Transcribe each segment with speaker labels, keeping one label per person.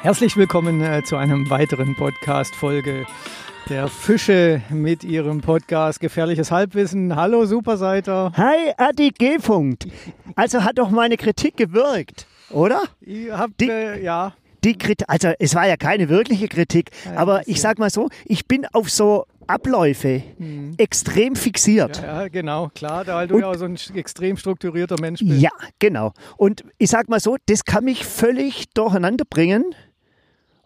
Speaker 1: Herzlich willkommen äh, zu einem weiteren Podcast-Folge der Fische mit ihrem Podcast Gefährliches Halbwissen. Hallo Superseiter.
Speaker 2: Hi, Adi G. -Punkt. Also hat doch meine Kritik gewirkt, oder?
Speaker 1: Ihr habt,
Speaker 2: Die-
Speaker 1: äh, ja,
Speaker 2: Die Kritik, also es war ja keine wirkliche Kritik, aber ich sag mal so, ich bin auf so Abläufe extrem fixiert.
Speaker 1: ja, genau, klar, da weil du
Speaker 2: Und-
Speaker 1: ja auch so ein sch- extrem strukturierter Mensch bist.
Speaker 2: Ja, genau. Und ich sag mal so, das kann mich völlig durcheinander bringen.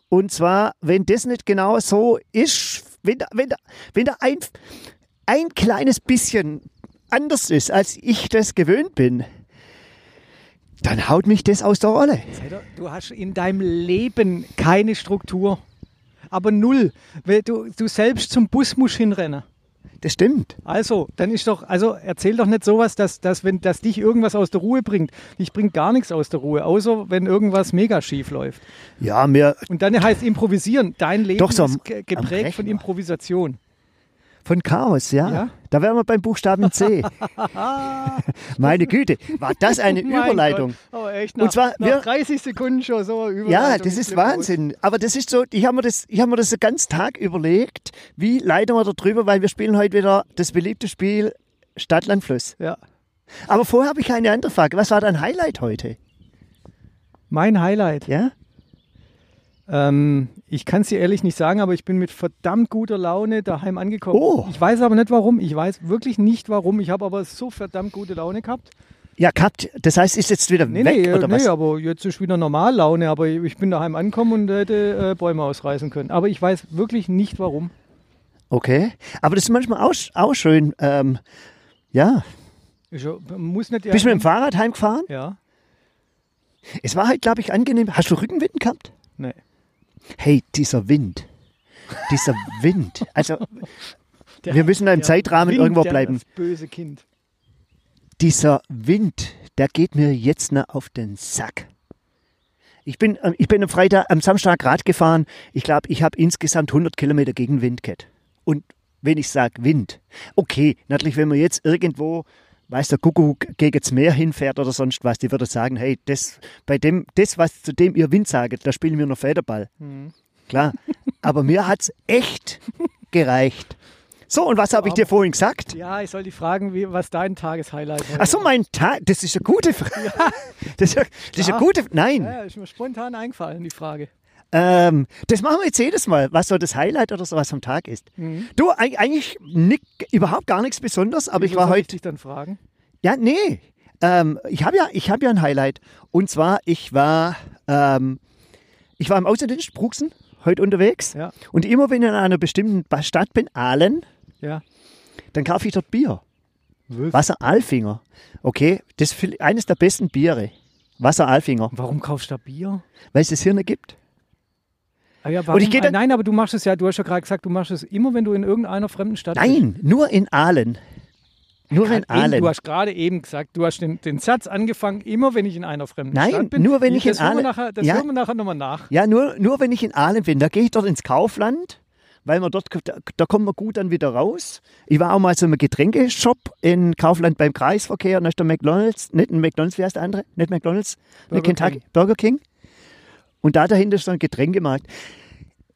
Speaker 2: Und zwar, wenn das nicht genau so ist, wenn da, wenn da, wenn da ein, ein kleines bisschen anders ist, als ich das gewöhnt bin, dann haut mich das aus der Rolle.
Speaker 1: Alter, Du hast in deinem Leben keine Struktur. Aber null. Weil du, du selbst zum Bus musst hinrennen.
Speaker 2: Das stimmt.
Speaker 1: Also, dann ist doch, also erzähl doch nicht sowas, dass, dass, wenn, dass dich irgendwas aus der Ruhe bringt. Dich bringt gar nichts aus der Ruhe, außer wenn irgendwas mega schief läuft.
Speaker 2: Ja, mir,
Speaker 1: Und dann heißt improvisieren. Dein Leben
Speaker 2: Doch, so am-
Speaker 1: ist ge- geprägt
Speaker 2: am
Speaker 1: von
Speaker 2: Rechner.
Speaker 1: Improvisation.
Speaker 2: Von Chaos, ja.
Speaker 1: Ja?
Speaker 2: Da wären wir beim Buchstaben C. Meine Güte, war das eine
Speaker 1: Mein
Speaker 2: Überleitung.
Speaker 1: Gott. Oh, echt, nach,
Speaker 2: Und zwar,
Speaker 1: nach
Speaker 2: wir-
Speaker 1: 30 Sekunden schon so eine Überleitung.
Speaker 2: Ja, das
Speaker 1: Ich
Speaker 2: ist
Speaker 1: bin raus.
Speaker 2: Wahnsinn. Aber das ist so, ich habe mir das, ich habe mir das den ganzen Tag überlegt, wie leiten wir da drüber, weil wir spielen heute wieder das beliebte Spiel Stadtlandfluss.
Speaker 1: Ja.
Speaker 2: Aber vorher habe ich eine andere Frage. Was war dein Highlight heute?
Speaker 1: Mein Highlight.
Speaker 2: Ja?
Speaker 1: Ähm, ich kann es dir ehrlich nicht sagen, aber ich bin mit verdammt guter Laune daheim angekommen.
Speaker 2: Oh.
Speaker 1: Ich weiß aber nicht warum. Ich weiß wirklich nicht warum. Ich habe aber so verdammt gute Laune gehabt.
Speaker 2: Ja, gehabt. Das heißt, ist jetzt wieder
Speaker 1: Nee,
Speaker 2: weg
Speaker 1: nee,
Speaker 2: oder
Speaker 1: nee,
Speaker 2: was?
Speaker 1: aber jetzt ist wieder normal Laune. Aber ich bin daheim angekommen und hätte äh, Bäume ausreißen können. Aber ich weiß wirklich nicht warum.
Speaker 2: Okay. Aber das ist manchmal auch, auch schön. Ähm, ja.
Speaker 1: Ich äh, muss nicht.
Speaker 2: Bist du mit dem Fahrrad heimgefahren?
Speaker 1: ja.
Speaker 2: Es war halt, glaube ich, angenehm. Hast du Rückenwind gehabt?
Speaker 1: Nee.
Speaker 2: Hey, dieser Wind. Dieser Wind. Also, wir müssen da im
Speaker 1: Der
Speaker 2: Zeitrahmen
Speaker 1: Wind,
Speaker 2: irgendwo
Speaker 1: der-
Speaker 2: bleiben.
Speaker 1: Das böse Kind.
Speaker 2: Dieser Wind, der geht mir jetzt noch auf den Sack. Ich bin, ähm, ich bin am Freitag, am Samstag Rad gefahren. Ich glaube, ich habe insgesamt 100 Kilometer gegen Wind gehabt. Und wenn ich sage Wind, okay, natürlich, wenn man jetzt irgendwo, weiß der Kuckuck, gegen das Meer hinfährt oder sonst was, die würde sagen, hey, das, bei dem, das, was zu dem ihr Wind sagt, da spielen wir noch Federball. Klar. Aber mir hat es echt gereicht. So, und was habe ich dir vorhin gesagt?
Speaker 1: Ja, ich soll dich fragen, wie, was dein Tageshighlight heute
Speaker 2: Ach so,
Speaker 1: war.
Speaker 2: mein Tag, das ist eine gute Frage. Das ist eine, das ist
Speaker 1: Klar.
Speaker 2: eine gute Nein,
Speaker 1: Ja, ist mir spontan eingefallen, die Frage.
Speaker 2: ähm, das machen wir jetzt jedes Mal, was so das Highlight oder sowas am Tag ist.
Speaker 1: Mhm.
Speaker 2: Du, eig- eigentlich nick, überhaupt gar nichts Besonderes, aber ich
Speaker 1: Wieso
Speaker 2: war
Speaker 1: soll
Speaker 2: heute.
Speaker 1: Ich dich dann fragen.
Speaker 2: Ja, nee. Ähm, ich habe ja, ich hab ja ein Highlight. Und zwar, ich war, ähm, ich war im Außendienst Bruxen heute unterwegs.
Speaker 1: Ja.
Speaker 2: Und immer wenn ich in einer bestimmten Ba- Stadt bin, Aalen,
Speaker 1: Ja.
Speaker 2: dann kaufe ich dort Bier. Wasser Alfinger. Okay, das ist viel- eines der besten Biere. Wasser Alfinger.
Speaker 1: Warum kaufst du da Bier?
Speaker 2: Weil es das Hirne gibt.
Speaker 1: Ah ja, warum?
Speaker 2: Und ich geh dann-
Speaker 1: Nein, aber du machst es ja, du hast ja gerade gesagt, du machst es immer, wenn du in irgendeiner fremden Stadt bist.
Speaker 2: Nein, nur in Aalen. Nur in
Speaker 1: Eben,
Speaker 2: Aalen.
Speaker 1: Du hast gerade eben gesagt, du hast den, den Satz angefangen, immer wenn ich in einer fremden
Speaker 2: Nein,
Speaker 1: Stadt bin.
Speaker 2: nur wenn ich in
Speaker 1: das hören wir
Speaker 2: alle-
Speaker 1: nachher, Das
Speaker 2: Ja.
Speaker 1: hören wir nachher nochmal nach.
Speaker 2: Ja, nur, nur wenn ich in Aalen bin. Da gehe ich dort ins Kaufland, weil man dort, da, da kommt man gut dann wieder raus. Ich war auch mal so im Getränkeshop in Kaufland beim Kreisverkehr und da ist der McDonalds, nicht ein McDonalds, wie heißt der andere? Nicht McDonalds,
Speaker 1: Burger
Speaker 2: nicht Kentucky,
Speaker 1: King.
Speaker 2: Burger King. Und da dahinter ist so ein Getränkemarkt.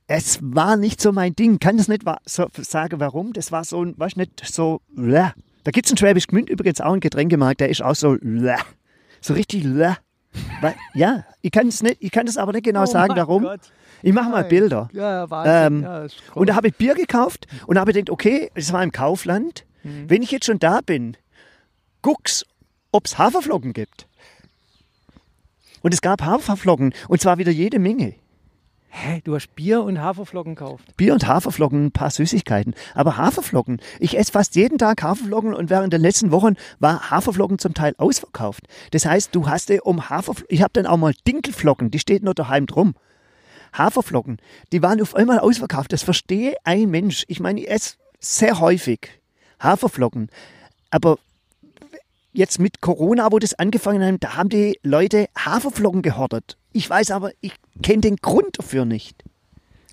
Speaker 2: Es war nicht so mein Ding. Kann das nicht wa so sagen, warum? Das war so ein, weißt du, nicht so, bleh. Da gibt es in Schwäbisch Gmünd übrigens auch einen Getränkemarkt, der ist auch so, bleh. so richtig, bleh. Weil- ja, ich kann es nicht, ich kann es aber nicht genau
Speaker 1: Oh
Speaker 2: sagen,
Speaker 1: mein
Speaker 2: warum.
Speaker 1: Gott.
Speaker 2: Ich mache mal
Speaker 1: Nein.
Speaker 2: Bilder.
Speaker 1: Ja, Wahnsinn.
Speaker 2: Ähm,
Speaker 1: ja, ist groß.
Speaker 2: und da habe ich Bier gekauft und habe gedacht, okay, es war im Kaufland.
Speaker 1: Mhm.
Speaker 2: Wenn ich jetzt schon da bin, guck's, ob es Haferflocken gibt. Und es gab Haferflocken und zwar wieder jede Menge.
Speaker 1: Hä, du hast Bier und Haferflocken gekauft.
Speaker 2: Bier und Haferflocken, ein paar Süßigkeiten. Aber Haferflocken, ich esse fast jeden Tag Haferflocken und während den letzten Wochen war Haferflocken zum Teil ausverkauft. Das heißt, du hast dir um Haferflocken, ich habe dann auch mal Dinkelflocken, die steht nur daheim drum. Haferflocken, die waren auf einmal ausverkauft. Das verstehe ein Mensch. Ich meine, ich esse sehr häufig Haferflocken. Aber jetzt mit Corona, wo das angefangen hat, da haben die Leute Haferflocken gehortet. Ich weiß aber, ich kenne den Grund dafür nicht.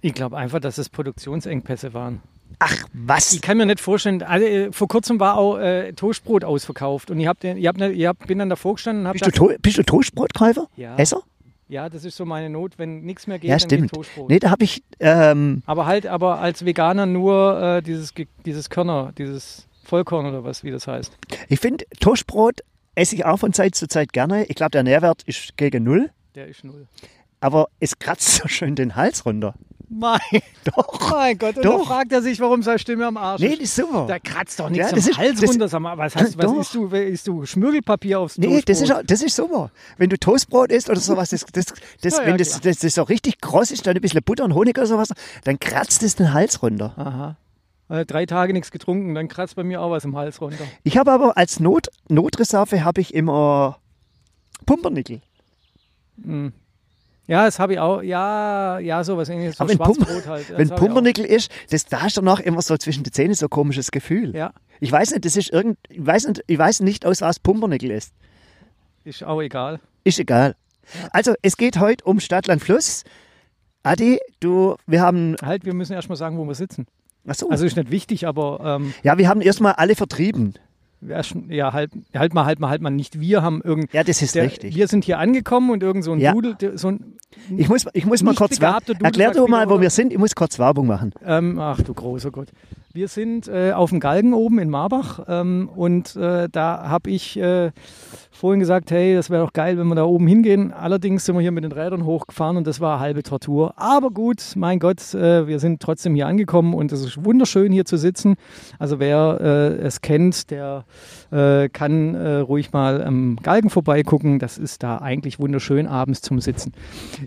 Speaker 1: Ich glaube einfach, dass es Produktionsengpässe waren.
Speaker 2: Ach, was?
Speaker 1: Ich kann mir nicht vorstellen, also, äh, vor kurzem war auch äh, Toastbrot ausverkauft und ich, hab den, ich, hab ne, ich hab, bin dann davor gestanden und habe
Speaker 2: Bist du, To- bist du Toastbrotkäufer?
Speaker 1: Ja.
Speaker 2: Esser?
Speaker 1: Ja, das ist so meine Not, wenn nichts mehr geht,
Speaker 2: ja,
Speaker 1: dann geht
Speaker 2: stimmt.
Speaker 1: Toastbrot.
Speaker 2: Nee, da habe ich, ähm,
Speaker 1: Aber halt, aber als Veganer nur äh, dieses, Ge- dieses Körner, dieses Vollkorn oder was, wie das heißt.
Speaker 2: ich finde, Toastbrot esse ich auch von Zeit zu Zeit gerne. Ich glaube, der Nährwert ist gegen null,
Speaker 1: Der ist null.
Speaker 2: aber es kratzt so schön den Hals runter.
Speaker 1: Mein,
Speaker 2: Doch.
Speaker 1: mein Gott, und
Speaker 2: Doch.
Speaker 1: da fragt er sich, warum seine Stimme am Arsch
Speaker 2: Nee,
Speaker 1: ist.
Speaker 2: das ist super.
Speaker 1: Da kratzt doch nichts
Speaker 2: Ja, das
Speaker 1: am
Speaker 2: ist-
Speaker 1: Hals
Speaker 2: das-
Speaker 1: runter. Sag mal, was, hast, was
Speaker 2: Doch.
Speaker 1: isst du? Isst du Schmirgelpapier aufs
Speaker 2: Nee, das
Speaker 1: Toastbrot?
Speaker 2: ist, auch- das ist super. Wenn du Toastbrot isst oder sowas, das, das, das,
Speaker 1: Ja, ja,
Speaker 2: wenn das,
Speaker 1: klar.
Speaker 2: das, das so richtig kross ist, dann ein bisschen Butter und Honig oder sowas, dann kratzt es den Hals runter.
Speaker 1: Aha. Äh, drei Tage nichts getrunken, dann kratzt bei mir auch was im Hals runter.
Speaker 2: Ich habe aber als Not, Notreserve habe ich immer Pumpernickel.
Speaker 1: Ja, das habe ich auch. Ja, ja, sowas ähnliches. So
Speaker 2: Aber wenn, Pumper,
Speaker 1: Schwarzbrot halt. das
Speaker 2: wenn
Speaker 1: habe ich auch.
Speaker 2: Pumpernickel ist, das, da hast du noch immer so zwischen die Zähne so ein komisches Gefühl.
Speaker 1: Ja,
Speaker 2: Ich weiß nicht, das ist irgend, ich weiß nicht, ich weiß nicht, aus was Pumpernickel ist.
Speaker 1: ist auch egal.
Speaker 2: Ist egal. Also, es geht heute um Stadtland Fluss. Adi, du, wir haben,
Speaker 1: Halt, wir müssen erstmal sagen, wo wir sitzen.
Speaker 2: achso,
Speaker 1: Also ist nicht wichtig, aber ähm,
Speaker 2: ja, wir haben erstmal alle vertrieben.
Speaker 1: erst, ja, halt, halt mal, halt mal, halt mal. Nicht wir haben irgend.
Speaker 2: Ja, das ist
Speaker 1: der,
Speaker 2: richtig.
Speaker 1: Wir sind hier angekommen und irgend so ein
Speaker 2: Ja.
Speaker 1: Dudel, der- so ein,
Speaker 2: Ich muss, ich muss mal
Speaker 1: Nicht
Speaker 2: kurz Werbung.
Speaker 1: begabte Dudelsack-
Speaker 2: Erklär doch mal, wo
Speaker 1: Spieler-
Speaker 2: wir sind. Ich muss kurz Werbung machen.
Speaker 1: Ähm, ach du großer Gott. Wir sind äh, auf dem Galgen oben in Marbach ähm, und äh, da habe ich äh, vorhin gesagt, hey, das wäre doch geil, wenn wir da oben hingehen. Allerdings sind wir hier mit den Rädern hochgefahren und das war halbe Tortur. Aber gut, mein Gott, äh, wir sind trotzdem hier angekommen und es ist wunderschön hier zu sitzen. Also wer äh, es kennt, der äh, kann äh, ruhig mal am Galgen vorbeigucken. Das ist da eigentlich wunderschön abends zum Sitzen.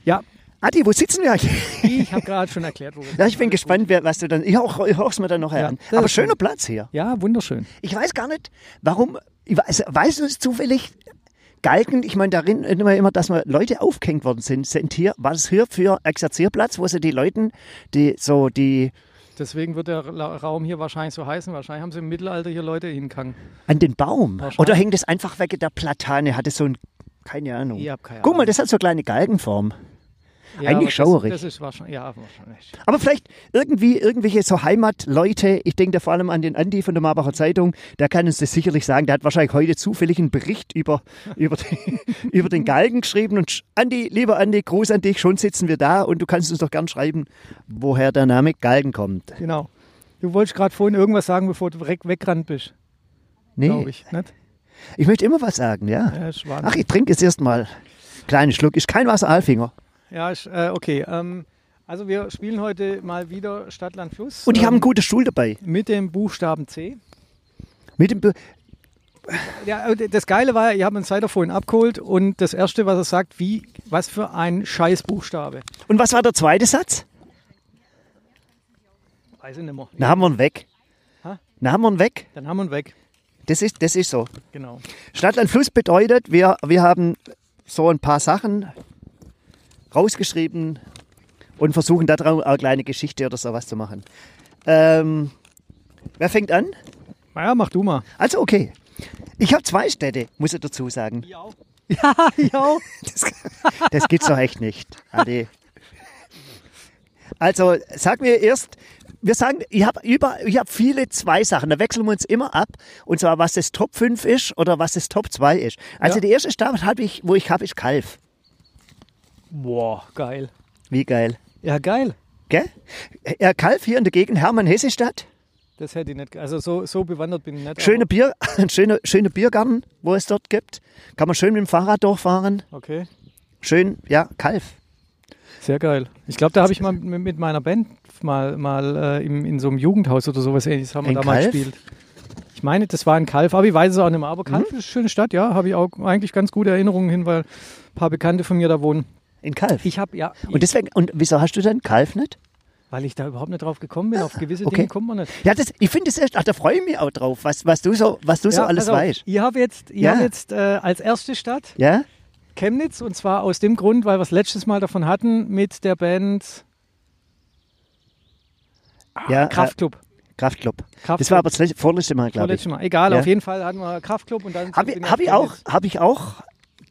Speaker 1: Ja,
Speaker 2: Adi, wo sitzen wir eigentlich?
Speaker 1: ich habe gerade schon erklärt, wo wir
Speaker 2: Ja, ich bin gespannt, wer, was du dann. Ich höre es mir dann nachher
Speaker 1: Ja,
Speaker 2: an.
Speaker 1: das
Speaker 2: Aber
Speaker 1: ist
Speaker 2: schöner
Speaker 1: gut.
Speaker 2: Platz hier.
Speaker 1: Ja, wunderschön.
Speaker 2: Ich weiß gar nicht, warum. Ich weiß, weißt du es zufällig? Galgen, ich meine, darin immer, immer, dass mal Leute aufgehängt worden sind, sind hier, war es hier für Exerzierplatz, wo sie die Leuten, die so die
Speaker 1: Deswegen wird der La- Raum hier wahrscheinlich so heißen. Wahrscheinlich haben sie im Mittelalter hier Leute hinkangen.
Speaker 2: an den Baum
Speaker 1: Wahrscheinlich.
Speaker 2: oder hängt es einfach weg der Platane, hatte so ein, keine Ahnung.
Speaker 1: Ich hab keine
Speaker 2: Guck mal,
Speaker 1: Ahnung.
Speaker 2: das hat so kleine Galgenform. Eigentlich
Speaker 1: aber
Speaker 2: schauerig.
Speaker 1: Das, das ist wahrscheinlich, ja, wahrscheinlich.
Speaker 2: Aber vielleicht irgendwie irgendwelche so Heimatleute, ich denke da vor allem an den Andi von der Marbacher Zeitung, der kann uns das sicherlich sagen. Der hat wahrscheinlich heute zufällig einen Bericht über, über, den, über den Galgen geschrieben. Und sch- Andi, lieber Andi, Gruß an dich, schon sitzen wir da und du kannst uns doch gern schreiben, woher der Name Galgen kommt.
Speaker 1: Genau. Du wolltest gerade vorhin irgendwas sagen, bevor du weg, weggerannt bist,
Speaker 2: Nee,
Speaker 1: glaube
Speaker 2: ich.
Speaker 1: ich. Nicht?
Speaker 2: möchte immer was sagen, ja.
Speaker 1: Ja, ist
Speaker 2: Ach,
Speaker 1: Wahnsinn.
Speaker 2: ich trinke jetzt erstmal. Kleinen Schluck, ist kein Wasser Aalfinger.
Speaker 1: ja ist, äh, okay. Ähm, also wir spielen heute mal wieder Stadt, Land, Fluss.
Speaker 2: Und ich
Speaker 1: ähm,
Speaker 2: habe einen guten Stuhl dabei.
Speaker 1: mit dem Buchstaben C.
Speaker 2: Mit dem Be
Speaker 1: Ja, aber d- das Geile war, ihr habt uns leider vorhin abgeholt und das Erste, was er sagt, wie, was für ein Scheißbuchstabe.
Speaker 2: und was war der zweite Satz?
Speaker 1: Weiß ich nicht mehr.
Speaker 2: Na, haben wir ihn weg.
Speaker 1: Ha?
Speaker 2: Na, haben wir ihn weg.
Speaker 1: Dann haben wir ihn weg.
Speaker 2: Das ist, das ist so.
Speaker 1: Genau.
Speaker 2: Stadt an Fluss bedeutet, wir, wir haben so ein paar Sachen rausgeschrieben und versuchen daran eine kleine Geschichte oder sowas zu machen. Ähm, wer fängt an?
Speaker 1: Naja, mach du mal.
Speaker 2: Also okay. Ich habe zwei Städte, muss ich dazu sagen.
Speaker 1: Ja, ja, ja.
Speaker 2: Das, das gibt's doch echt nicht. Adi. Also sag mir erst, wir sagen, ich habe über, ich habe viele zwei Sachen. Da wechseln wir uns immer ab. Und zwar was das Top 5 ist oder was das Top 2 ist. Also
Speaker 1: Ja.
Speaker 2: die erste Stadt habe ich, wo ich habe, ist Kalf.
Speaker 1: Boah, geil.
Speaker 2: Wie geil.
Speaker 1: Ja, geil.
Speaker 2: Gell? Ja, Kalf hier in der Gegend, Hermann Hessestadt.
Speaker 1: Das hätte ich nicht. ge- Also so, so bewandert bin ich nicht.
Speaker 2: Schöne Bier, ein schöner, schöner Biergarten, wo es dort gibt. Kann man schön mit dem Fahrrad durchfahren.
Speaker 1: Aber, okay.
Speaker 2: Schön, ja, Kalf.
Speaker 1: Sehr geil. Ich glaube, da habe ich mal mit, mit meiner Band mal, mal äh, im, in so einem Jugendhaus oder sowas ähnliches haben wir
Speaker 2: Ein
Speaker 1: da mal
Speaker 2: Kalf?
Speaker 1: gespielt. Ich meine, das war ein Kalf, aber ich weiß es auch nicht mehr. Aber
Speaker 2: Hm?
Speaker 1: Kalf ist eine schöne Stadt, ja. Habe ich auch eigentlich ganz gute Erinnerungen hin, weil ein paar Bekannte von mir da wohnen.
Speaker 2: In Kalf.
Speaker 1: Ich habe, ja,
Speaker 2: Und deswegen, und wieso hast du denn Kalf nicht?
Speaker 1: weil ich da überhaupt nicht drauf gekommen bin. Auf gewisse
Speaker 2: Ah, okay.
Speaker 1: Dinge kommt man nicht.
Speaker 2: Ja, das, ich finde es echt, ach, da freue ich mich auch drauf, was, was du so, was du so
Speaker 1: Ja,
Speaker 2: alles
Speaker 1: pass auf.
Speaker 2: weißt.
Speaker 1: Ich habe jetzt, ich
Speaker 2: Ja.
Speaker 1: hab jetzt äh, als erste Stadt
Speaker 2: Ja?
Speaker 1: Chemnitz und zwar aus dem Grund, weil wir es letztes Mal davon hatten mit der Band
Speaker 2: ja
Speaker 1: Kraftklub.
Speaker 2: Äh, Kraftclub. Das
Speaker 1: Ah, Kraftclub.
Speaker 2: war aber das le- vorletzte Mal, glaube ich.
Speaker 1: Letztes Mal. Genau, Egal,
Speaker 2: Ja.
Speaker 1: auf jeden Fall hatten wir Kraftklub und dann.
Speaker 2: Habe
Speaker 1: bin
Speaker 2: ich,
Speaker 1: ich
Speaker 2: hab ich,
Speaker 1: auf
Speaker 2: auch- hab ich auch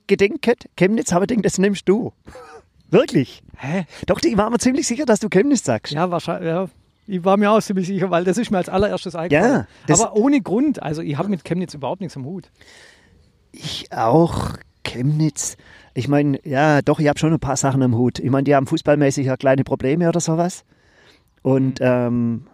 Speaker 2: gedenkt, Chemnitz, habe ich gedacht, das nimmst du. Wirklich.
Speaker 1: Hä?
Speaker 2: Doch, ich war mir ziemlich sicher, dass du Chemnitz sagst.
Speaker 1: Ja, wahrscheinlich. Ja. Ich war mir auch ziemlich sicher, weil das ist mir als allererstes eingefallen.
Speaker 2: das-
Speaker 1: Aber ohne Grund. Also, ich habe mit Chemnitz überhaupt nichts am Hut.
Speaker 2: Ich auch Chemnitz. Ich meine, ja, doch, ich habe schon ein paar Sachen am Hut. Ich meine, die haben fußballmäßig ja kleine Probleme oder sowas. Und
Speaker 1: Mhm.
Speaker 2: ähm,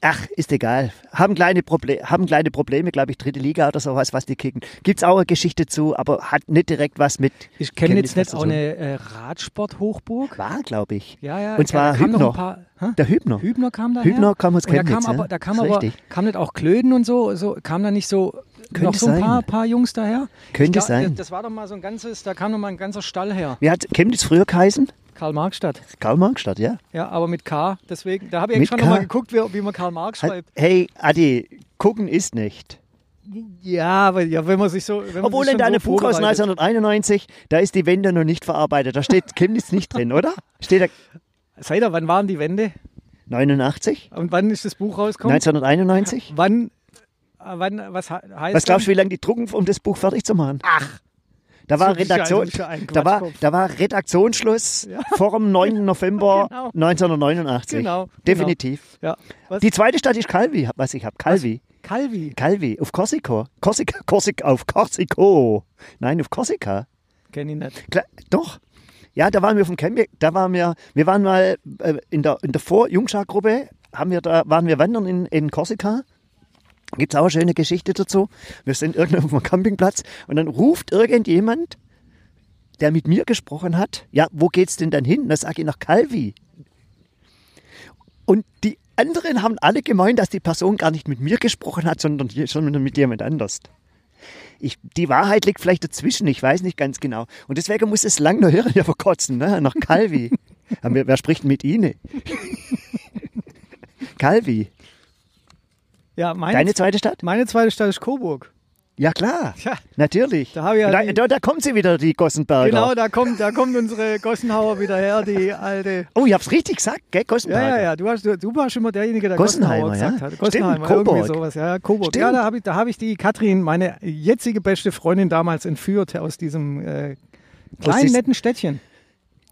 Speaker 2: ach, ist egal. Haben kleine, Proble haben kleine Probleme, glaube ich, dritte Liga oder sowas, was die kicken. Gibt es auch eine Geschichte zu, aber hat nicht direkt was mit.
Speaker 1: Ist Chemnitz,
Speaker 2: Chemnitz
Speaker 1: nicht
Speaker 2: hast du
Speaker 1: auch
Speaker 2: so-
Speaker 1: eine äh, Radsporthochburg?
Speaker 2: War, glaube ich.
Speaker 1: Ja, ja.
Speaker 2: Und zwar
Speaker 1: da kamen noch
Speaker 2: Hübner.
Speaker 1: ein paar. Hä?
Speaker 2: Der Hübner.
Speaker 1: Hübner kam da.
Speaker 2: Hübner kam aus
Speaker 1: und da kam
Speaker 2: Chemnitz,
Speaker 1: aber,
Speaker 2: ja.
Speaker 1: da kam
Speaker 2: Ist
Speaker 1: aber
Speaker 2: richtig.
Speaker 1: kam nicht auch Klöden und so, so kam da nicht so
Speaker 2: Könnte
Speaker 1: noch so ein
Speaker 2: sein.
Speaker 1: paar, paar Jungs daher. Ich
Speaker 2: Könnte
Speaker 1: glaub,
Speaker 2: sein.
Speaker 1: Das, das war doch mal so ein ganzes, da kam noch mal ein ganzer Stall her.
Speaker 2: Wie hat Chemnitz früher geheißen?
Speaker 1: Karl-Marx-Stadt.
Speaker 2: Karl-Marx-Stadt, ja.
Speaker 1: Ja, aber mit K. Deswegen, da habe ich
Speaker 2: Mit
Speaker 1: schon noch mal
Speaker 2: K?
Speaker 1: geguckt, wie, wie man Karl Marx
Speaker 2: Hat,
Speaker 1: schreibt.
Speaker 2: hey, Adi, gucken ist nicht.
Speaker 1: Ja, aber ja, wenn man sich so. Wenn man
Speaker 2: Obwohl
Speaker 1: sich
Speaker 2: in
Speaker 1: Hm, schon
Speaker 2: deinem
Speaker 1: so
Speaker 2: Buch aus
Speaker 1: vorbereitet.
Speaker 2: 1991, da ist die Wende noch nicht verarbeitet. Da steht Chemnitz nicht drin, oder? Steht da
Speaker 1: Seid ihr, wann waren die Wände?
Speaker 2: 89?
Speaker 1: Und wann ist das Buch rausgekommen?
Speaker 2: 1991?
Speaker 1: Wann, äh, wann, was he- heißt
Speaker 2: Was glaubst du, wie lange die drucken, um das Buch fertig zu machen? Ach! Da war,
Speaker 1: so sicher
Speaker 2: Redaktion,
Speaker 1: ist ja ein
Speaker 2: da, war,
Speaker 1: Quatschkopf.
Speaker 2: da war Redaktionsschluss vor dem 9. November
Speaker 1: Genau.
Speaker 2: 1989.
Speaker 1: Genau, genau.
Speaker 2: Definitiv.
Speaker 1: Ja, was?
Speaker 2: Die zweite Stadt ist Calvi, was ich habe. Calvi.
Speaker 1: Calvi.
Speaker 2: Calvi, auf Korsika. Korsika, Korsika, auf Korsiko. Nein, auf Korsika.
Speaker 1: Kenn ich nicht.
Speaker 2: Klar, doch. Ja, da waren wir auf dem Camping, da waren wir, wir waren mal äh, in der, in der Vor-Jungschar-Gruppe, haben wir da, waren wir wandern in, in Korsika. Gibt es auch eine schöne Geschichte dazu. Wir sind irgendwo auf einem Campingplatz und dann ruft irgendjemand, der mit mir gesprochen hat, ja, wo geht's denn dann hin? Und dann sage ich nach Calvi. Und die anderen haben alle gemeint, dass die Person gar nicht mit mir gesprochen hat, sondern je- sondern mit jemand anders ich, die Wahrheit liegt vielleicht dazwischen, ich weiß nicht ganz genau. Und deswegen muss es lang noch hören, ja verkotzen, ne? nach Calvi. Aber wer, wer spricht denn mit Ihnen? Calvi.
Speaker 1: Ja, meine,
Speaker 2: Deine zweite Stadt?
Speaker 1: meine zweite Stadt ist Coburg.
Speaker 2: Ja, klar.
Speaker 1: Tja.
Speaker 2: Natürlich.
Speaker 1: Da hab ich ja
Speaker 2: da,
Speaker 1: die-
Speaker 2: da, da kommen sie wieder, die Gossenberger.
Speaker 1: Genau, da kommt, da kommt unsere Gossenhauer wieder her, die alte.
Speaker 2: Oh, ich hab's richtig gesagt, gell?
Speaker 1: Ja,
Speaker 2: Gossenberger.
Speaker 1: ja, ja. Du, hast, du, du warst immer derjenige, der
Speaker 2: Gossenheimer,
Speaker 1: Gossenhauer gesagt
Speaker 2: ja.
Speaker 1: hat. Gossenheimer,
Speaker 2: Stimmt,
Speaker 1: irgendwie
Speaker 2: Coburg.
Speaker 1: sowas. Ja, ja, Coburg. Ja,
Speaker 2: Stimmt.
Speaker 1: da habe ich, da hab ich die Katrin, meine jetzige beste Freundin, damals entführt aus diesem äh, kleinen,
Speaker 2: diesem-
Speaker 1: netten Städtchen.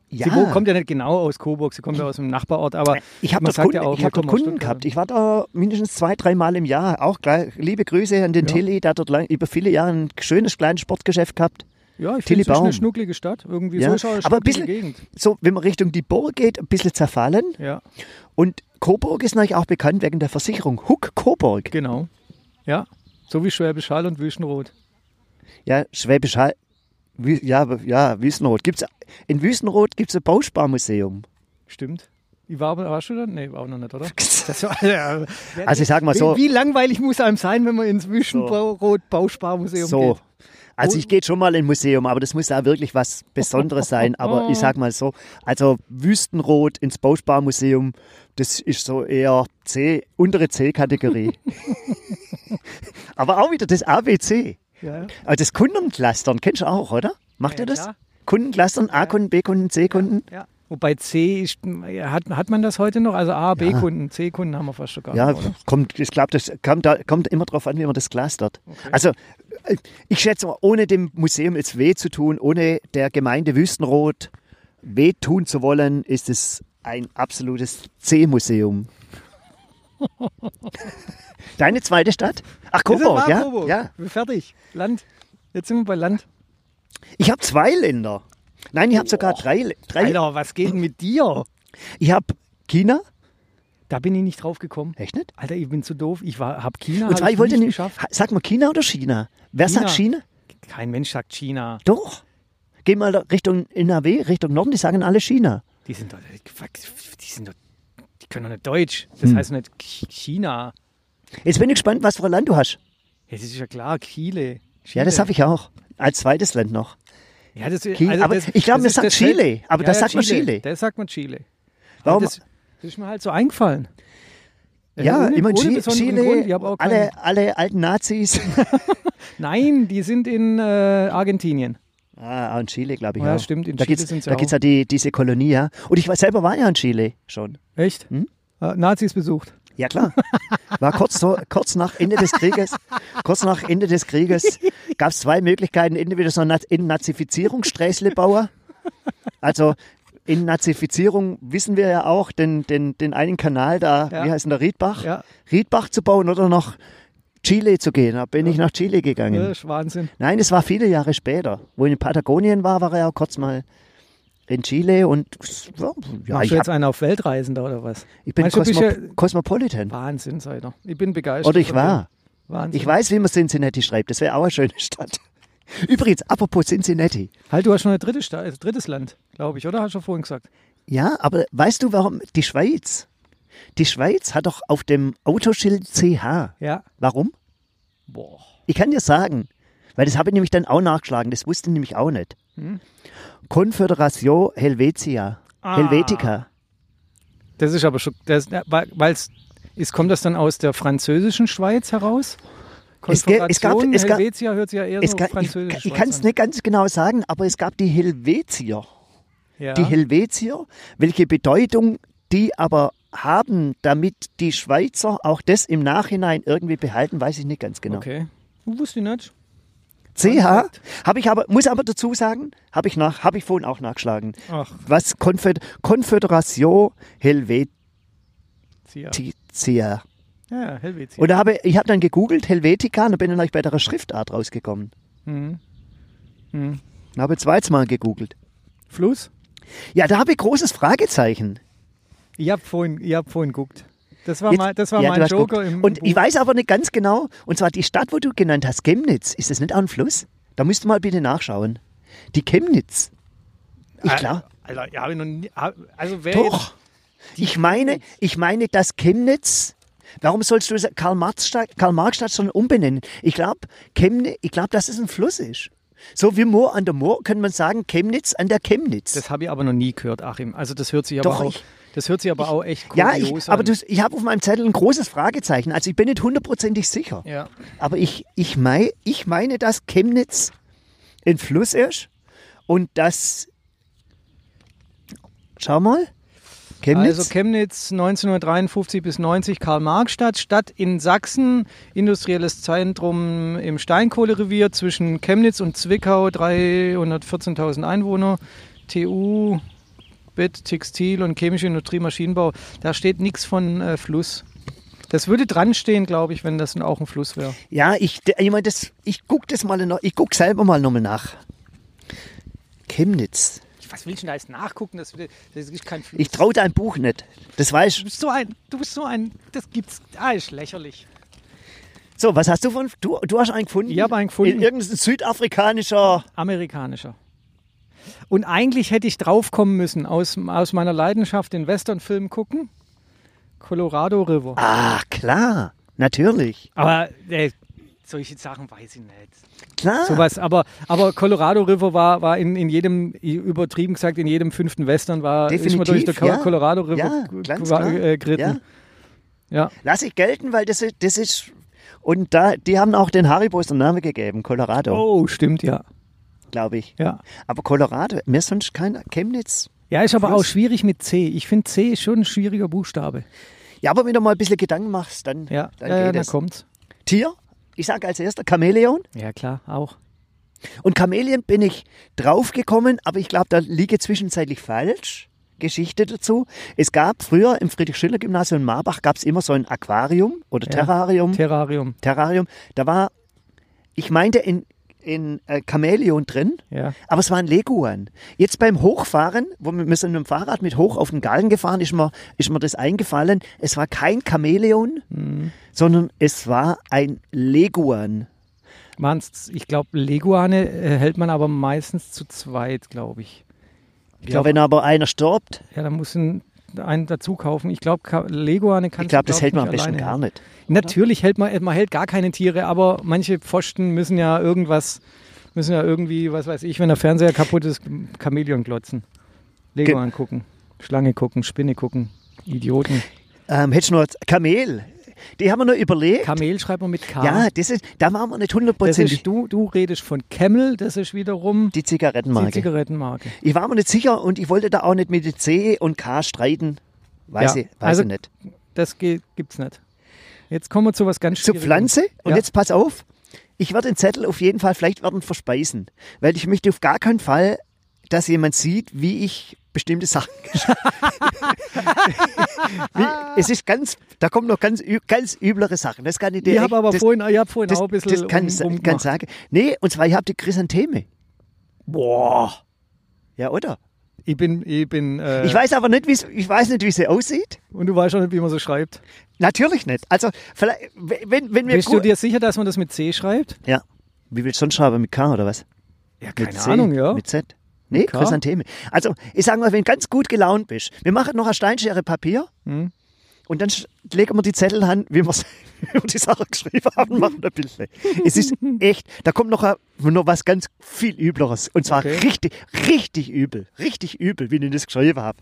Speaker 1: Sie wo- kommt ja nicht genau aus Coburg, sie kommt ja aus dem Nachbarort, aber
Speaker 2: Äh, Ich habe
Speaker 1: man
Speaker 2: dort
Speaker 1: sagt
Speaker 2: Kunden,
Speaker 1: ja auch,
Speaker 2: ich hab
Speaker 1: wir
Speaker 2: dort
Speaker 1: kommen aus
Speaker 2: Kunden
Speaker 1: Stuttgart.
Speaker 2: gehabt. Ich war da mindestens zwei, dreimal im Jahr. Auch gleich, liebe Grüße an den
Speaker 1: Ja.
Speaker 2: Tilly, der hat dort lang, über viele Jahre ein schönes kleines Sportgeschäft gehabt.
Speaker 1: Ja, ich finde
Speaker 2: Tilly
Speaker 1: es ist
Speaker 2: Baum.
Speaker 1: eine schnucklige Stadt. Irgendwie
Speaker 2: Ja,
Speaker 1: so ist auch eine
Speaker 2: aber ein
Speaker 1: schnucklige
Speaker 2: bisschen-
Speaker 1: Gegend.
Speaker 2: So, wenn man Richtung die Burg geht, ein bisschen zerfallen.
Speaker 1: Ja,
Speaker 2: Und Coburg ist natürlich auch bekannt wegen der Versicherung. Huck Coburg.
Speaker 1: genau. Ja, so wie Schwäbisch Hall und Wüstenrot.
Speaker 2: Ja, Schwäbisch Hall. Wü- Ja, aber- ja, Wüstenrot. Gibt's, in Wüstenrot gibt es ein Bausparmuseum.
Speaker 1: Stimmt. Ich war, warst du da? Nee, war auch noch nicht, oder? Das war, ja.
Speaker 2: Also ich sag mal so,
Speaker 1: wie, wie langweilig muss einem sein, wenn man ins Wüstenrot-Bausparmuseum
Speaker 2: so.
Speaker 1: geht?
Speaker 2: Also ich gehe schon mal in ein Museum, aber das muss ja wirklich was Besonderes sein. Aber ich sag mal so, also Wüstenrot ins Bausparmuseum, das ist so eher C, untere C-Kategorie. aber auch wieder das ABC.
Speaker 1: Ja, ja.
Speaker 2: Aber Ah, das Kundenclustern kennst du auch, oder? Macht
Speaker 1: Ja,
Speaker 2: ihr das?
Speaker 1: klar.
Speaker 2: Kundenclustern, A-Kunden, B-Kunden, C-Kunden?
Speaker 1: ja. Wobei C, ist, hat, hat man das heute noch? Also A, B-Kunden, C-Kunden haben wir fast schon gar
Speaker 2: Ja,
Speaker 1: nicht, oder?
Speaker 2: kommt, ich glaube, das kommt, da, kommt immer darauf an, wie man das clustert. Also, äh, ich schätze mal, ohne dem Museum jetzt weh zu tun, ohne der Gemeinde Wüstenrot weh tun zu wollen, ist es ein absolutes C-Museum. Deine zweite Stadt? Ach,
Speaker 1: Wir sind
Speaker 2: Coburg,
Speaker 1: bei
Speaker 2: ja?
Speaker 1: Coburg.
Speaker 2: ja.
Speaker 1: Wir fertig. Land. Jetzt sind wir bei Land.
Speaker 2: Ich habe zwei Länder. Nein, ich habe sogar drei. drei.
Speaker 1: Alter, was geht denn mit dir?
Speaker 2: Ich habe China.
Speaker 1: Da bin ich nicht drauf gekommen.
Speaker 2: Echt nicht?
Speaker 1: Alter, ich bin zu doof. Ich war, hab China
Speaker 2: Und
Speaker 1: hab
Speaker 2: zwar, ich wollte
Speaker 1: nicht
Speaker 2: nicht.
Speaker 1: geschafft.
Speaker 2: Sag mal China oder China? Wer sagt China?
Speaker 1: Kein Mensch sagt China.
Speaker 2: Doch. Geh mal da Richtung NRW, Richtung Norden, die sagen alle China.
Speaker 1: Die sind doch, äh, die sind doch, die können doch nicht Deutsch. Das
Speaker 2: Hm.
Speaker 1: heißt nicht Ch- China.
Speaker 2: Jetzt bin ich gespannt, was für ein Land du hast.
Speaker 1: Es ist ja klar, Chile. Chile.
Speaker 2: Ja, das habe ich auch. Als zweites Land noch.
Speaker 1: Ja, das,
Speaker 2: Chile. Aber ich glaube, man
Speaker 1: ist-
Speaker 2: sagt
Speaker 1: fällt-
Speaker 2: Chile. Aber das sagt man Chile. Oh,
Speaker 1: Das sagt man Chile. Aber
Speaker 2: Warum?
Speaker 1: Das, das ist mir halt so eingefallen.
Speaker 2: ja,
Speaker 1: ohne-
Speaker 2: ich meine,
Speaker 1: ohne
Speaker 2: Chi-
Speaker 1: besonderen
Speaker 2: Chile,
Speaker 1: Grund. Ich hab auch keinen-
Speaker 2: alle, alle alten Nazis.
Speaker 1: Nein, die sind in äh, Argentinien.
Speaker 2: ah, und Chile, glaube ich.
Speaker 1: Ja,
Speaker 2: auch.
Speaker 1: stimmt, in
Speaker 2: da
Speaker 1: Chile
Speaker 2: gibt's,
Speaker 1: sind's
Speaker 2: Da
Speaker 1: ja
Speaker 2: gibt es ja die, diese Kolonie, ja. Und ich war, selber war ja in Chile schon.
Speaker 1: Echt?
Speaker 2: Hm?
Speaker 1: Äh, Nazis besucht.
Speaker 2: Ja, klar. War kurz, so, kurz nach Ende des Krieges, kurz nach Ende des Krieges gab es zwei Möglichkeiten. Entweder so ein Nazifizierungssträßlebauer. Also in Nazifizierung wissen wir ja auch, den, den, den einen Kanal da,
Speaker 1: Ja.
Speaker 2: wie heißt denn der Riedbach?
Speaker 1: Ja.
Speaker 2: Riedbach zu bauen oder noch Chile zu gehen. Da bin ich nach Chile gegangen.
Speaker 1: Das ist Wahnsinn.
Speaker 2: Nein, es war viele Jahre später. Wo ich in Patagonien war, war er ja kurz mal in Chile und ja,
Speaker 1: Machst
Speaker 2: ich,
Speaker 1: du jetzt
Speaker 2: hab,
Speaker 1: einen auf Weltreisender oder was?
Speaker 2: ich bin
Speaker 1: Meinst du, bist
Speaker 2: Cosmo,
Speaker 1: ja- Ah,
Speaker 2: Cosmopolitan.
Speaker 1: Wahnsinn, seid ihr. Ich bin begeistert.
Speaker 2: Oder ich
Speaker 1: von dir.
Speaker 2: war.
Speaker 1: Wahnsinn.
Speaker 2: Ich weiß, wie man Cincinnati schreibt. Das wäre auch eine schöne Stadt. Übrigens, apropos Cincinnati.
Speaker 1: Halt, du hast schon ein drittes, Sta- äh, drittes Land, glaube ich, oder? Hast du vorhin gesagt.
Speaker 2: Ja, aber weißt du, warum die Schweiz? Die Schweiz hat doch auf dem Autoschild CH.
Speaker 1: Ja.
Speaker 2: Warum?
Speaker 1: Boah.
Speaker 2: Ich kann dir sagen, weil das habe ich nämlich dann auch nachgeschlagen. Das wusste ich nämlich auch nicht. Confederatio Helvetia.
Speaker 1: Hm? Ah.
Speaker 2: Helvetica.
Speaker 1: Das ist aber schon. Das, ja, weil- weil's, ist, kommt das dann aus der französischen Schweiz heraus?
Speaker 2: Es ge- es gab-
Speaker 1: Konföderation,
Speaker 2: es gab-
Speaker 1: Helvetia hört sich ja eher
Speaker 2: Es
Speaker 1: so
Speaker 2: ga- ich
Speaker 1: französisch
Speaker 2: ich kann es nicht ganz genau sagen, aber es gab die Helvetier.
Speaker 1: Ja.
Speaker 2: Die Helvetier, welche Bedeutung die aber haben, damit die Schweizer auch das im Nachhinein irgendwie behalten, weiß ich nicht ganz genau.
Speaker 1: Okay. Du wusste ich nicht.
Speaker 2: CH habe ich aber, muss aber dazu sagen, habe ich, nach, habe ich vorhin auch nachgeschlagen.
Speaker 1: Ach,
Speaker 2: Was Konfed Confederatio
Speaker 1: Zia.
Speaker 2: Helvetia.
Speaker 1: Ja, Helvetia.
Speaker 2: Und da habe, ich habe dann gegoogelt Helvetica und bin dann gleich bei der Schriftart rausgekommen.
Speaker 1: Mhm. Mhm.
Speaker 2: Und habe zweimal gegoogelt.
Speaker 1: Fluss?
Speaker 2: Ja, da habe ich großes Fragezeichen.
Speaker 1: Ich habe vorhin, ich hab vorhin guckt. Das war,
Speaker 2: Jetzt-
Speaker 1: mein, das war
Speaker 2: ja, du
Speaker 1: mein
Speaker 2: hast
Speaker 1: Joker
Speaker 2: geguckt.
Speaker 1: im
Speaker 2: Und
Speaker 1: Buch.
Speaker 2: ich weiß aber nicht ganz genau, und zwar die Stadt, wo du genannt hast, Chemnitz, ist das nicht auch ein Fluss? Da müsst ihr mal bitte nachschauen. Die Chemnitz. Ich
Speaker 1: Ah,
Speaker 2: klar.
Speaker 1: Alter, ja, hab ich noch nie, ah, also wer
Speaker 2: Doch. Ich meine, ich meine, dass Chemnitz. Warum sollst du Karl-Marx-Stadt Karl -Marx schon umbenennen? Ich glaube, Chemnitz, ich glaube, dass es ein Fluss ist. So wie Moor an der Moor, könnte man sagen, Chemnitz an der Chemnitz.
Speaker 1: Das habe ich aber noch nie gehört, Achim. Also das hört sich aber
Speaker 2: Doch,
Speaker 1: auch,
Speaker 2: ich-
Speaker 1: das hört sich aber auch echt
Speaker 2: ja,
Speaker 1: kurios
Speaker 2: ich, aber
Speaker 1: an.
Speaker 2: du, ich habe auf meinem Zettel ein großes Fragezeichen. Also ich bin nicht hundertprozentig sicher.
Speaker 1: ja.
Speaker 2: Aber ich, ich, mei, ich meine, dass Chemnitz ein Fluss ist und dass. Schau mal. Chemnitz.
Speaker 1: Also Chemnitz 1953 bis 90 Karl-Marx-Stadt, Stadt in Sachsen, industrielles Zentrum im Steinkohlerevier zwischen Chemnitz und Zwickau, 314.000 Einwohner, TU, Bett, Textil und chemische Industrie, Maschinenbau. Da steht nichts von äh, Fluss. Das würde dran stehen, glaube ich, wenn das dann auch ein Fluss wäre.
Speaker 2: Ja, ich, d- ich meine, das, ich guck das mal noch, ich guck selber mal nochmal nach. Chemnitz.
Speaker 1: Was willst du denn da jetzt nachgucken? Das, das ist kein Fluss.
Speaker 2: Ich trau dein Buch nicht. Das weiß
Speaker 1: du
Speaker 2: ich.
Speaker 1: bist so ein, du bist so ein, das gibt's, ah, ist lächerlich.
Speaker 2: So, was hast du von, du, du hast einen gefunden?
Speaker 1: Ich hab einen gefunden.
Speaker 2: In irgendein südafrikanischer.
Speaker 1: Amerikanischer. Und eigentlich hätte ich draufkommen müssen, aus, aus meiner Leidenschaft den Westernfilm gucken. Colorado River.
Speaker 2: Ah, klar. Natürlich.
Speaker 1: Aber äh, solche Sachen weiß ich nicht.
Speaker 2: Klar.
Speaker 1: Sowas, aber, aber Colorado River war, war in, in jedem, übertrieben gesagt, in jedem fünften Western war ist man durch den
Speaker 2: Definitiv,
Speaker 1: Col
Speaker 2: ja.
Speaker 1: Colorado River
Speaker 2: Ja,
Speaker 1: g-
Speaker 2: ganz
Speaker 1: war-
Speaker 2: klar.
Speaker 1: äh, geritten. Ja.
Speaker 2: Lass ich gelten, weil das, ist- das ist, und da, die haben auch den Haribos einen Namen gegeben. Colorado,
Speaker 1: Oh, stimmt, ja.
Speaker 2: glaube ich.
Speaker 1: ja.
Speaker 2: Aber Colorado, mir ist sonst keiner. Chemnitz.
Speaker 1: Ja, ist aber
Speaker 2: Fluss.
Speaker 1: auch schwierig mit C. Ich finde C ist schon ein schwieriger Buchstabe.
Speaker 2: Ja, aber wenn du mal ein bisschen Gedanken machst, dann,
Speaker 1: Ja,
Speaker 2: dann
Speaker 1: ja, ja
Speaker 2: geht
Speaker 1: da
Speaker 2: es.
Speaker 1: kommt's.
Speaker 2: Tier, ich sage als erster Chamäleon.
Speaker 1: Ja, klar, auch.
Speaker 2: Und Chamäleon bin ich draufgekommen, aber ich glaube, da liege zwischenzeitlich falsch. Geschichte dazu. Es gab früher im Friedrich-Schiller-Gymnasium in Marbach gab es immer so ein Aquarium oder
Speaker 1: Ja.
Speaker 2: Terrarium.
Speaker 1: Terrarium.
Speaker 2: Terrarium. Da war, ich meinte, in, in äh, Chamäleon drin,
Speaker 1: Ja.
Speaker 2: aber es waren Leguan. Jetzt beim Hochfahren, wo wir, wir sind mit dem Fahrrad mit hoch auf den Galgen gefahren, ist mir, ist mir das eingefallen. Es war kein Chamäleon,
Speaker 1: Mhm.
Speaker 2: sondern es war ein Leguan.
Speaker 1: Man's, ich glaube, Leguane äh, hält man aber meistens zu zweit, glaube ich. Ich
Speaker 2: Ja,
Speaker 1: glaube,
Speaker 2: wenn aber einer stirbt,
Speaker 1: ja, da muss ein, einen dazu kaufen. Ich glaube, Leguane kann
Speaker 2: ich glaube, das hält man am besten gar
Speaker 1: nicht.
Speaker 2: nicht.
Speaker 1: Natürlich hält man, man hält gar keine Tiere, aber manche Pfosten müssen ja irgendwas, müssen ja irgendwie, was weiß ich, wenn der Fernseher kaputt ist, Chamäleon glotzen. Lego
Speaker 2: Ge-
Speaker 1: angucken, Schlange gucken, Spinne gucken, Idioten.
Speaker 2: Ähm, hättest du noch jetzt- Kamel? Die haben wir noch überlegt.
Speaker 1: Kamel schreibt man mit K.
Speaker 2: ja, das ist, da waren wir nicht
Speaker 1: das
Speaker 2: hundertprozentig
Speaker 1: ist, du, du redest von Camel, das ist wiederum
Speaker 2: die
Speaker 1: die
Speaker 2: Zigarettenmarke.
Speaker 1: Zigarettenmarke.
Speaker 2: ich war mir nicht sicher und ich wollte da auch nicht mit C und K streiten. Weiß,
Speaker 1: Ja,
Speaker 2: ich, weiß
Speaker 1: also-
Speaker 2: ich nicht.
Speaker 1: Das ge- gibt's nicht. Jetzt kommen wir zu was ganz
Speaker 2: Zur
Speaker 1: Schwierigem.
Speaker 2: Pflanze und
Speaker 1: Ja.
Speaker 2: jetzt pass auf. Ich werde den Zettel auf jeden Fall vielleicht werden verspeisen, weil ich möchte auf gar keinen Fall dass jemand sieht, wie ich bestimmte Sachen wie, Es ist ganz, da kommen noch ganz, ü- ganz üblere Sachen. Das kann ich dir
Speaker 1: Ich
Speaker 2: echt-
Speaker 1: habe aber
Speaker 2: das,
Speaker 1: vorhin, ich hab vorhin
Speaker 2: das,
Speaker 1: auch ein bisschen
Speaker 2: das kann,
Speaker 1: um,
Speaker 2: ich sa-
Speaker 1: um
Speaker 2: kann ich sagen. Nee, und zwar, ich habe die Chrysantheme.
Speaker 1: Boah,
Speaker 2: Ja, oder?
Speaker 1: ich bin, ich bin, äh,
Speaker 2: Ich weiß aber nicht, wie's- ich weiß nicht, wie sie aussieht.
Speaker 1: und du weißt schon nicht, wie man so schreibt.
Speaker 2: Natürlich nicht. Also, vielleicht, wenn, wenn wir
Speaker 1: Bist du dir sicher, dass man das mit C schreibt?
Speaker 2: Ja. Wie willst du sonst schreiben? Mit K oder was?
Speaker 1: Ja,
Speaker 2: Mit
Speaker 1: keine
Speaker 2: C,
Speaker 1: Ahnung, ja.
Speaker 2: Mit Z. Nee,
Speaker 1: K.
Speaker 2: Chrysantheme. Also, ich sage mal, wenn du ganz gut gelaunt bist, wir machen noch eine Steinschere Papier
Speaker 1: Hm.
Speaker 2: und dann sch- legen wir die Zettel an, wie wir's- wie wir die Sache geschrieben haben, machen ein Bild. Es ist echt, da kommt noch, ein, noch was ganz viel Übleres. Und zwar
Speaker 1: Okay.
Speaker 2: richtig, richtig übel. Richtig übel, wie ich das geschrieben habe.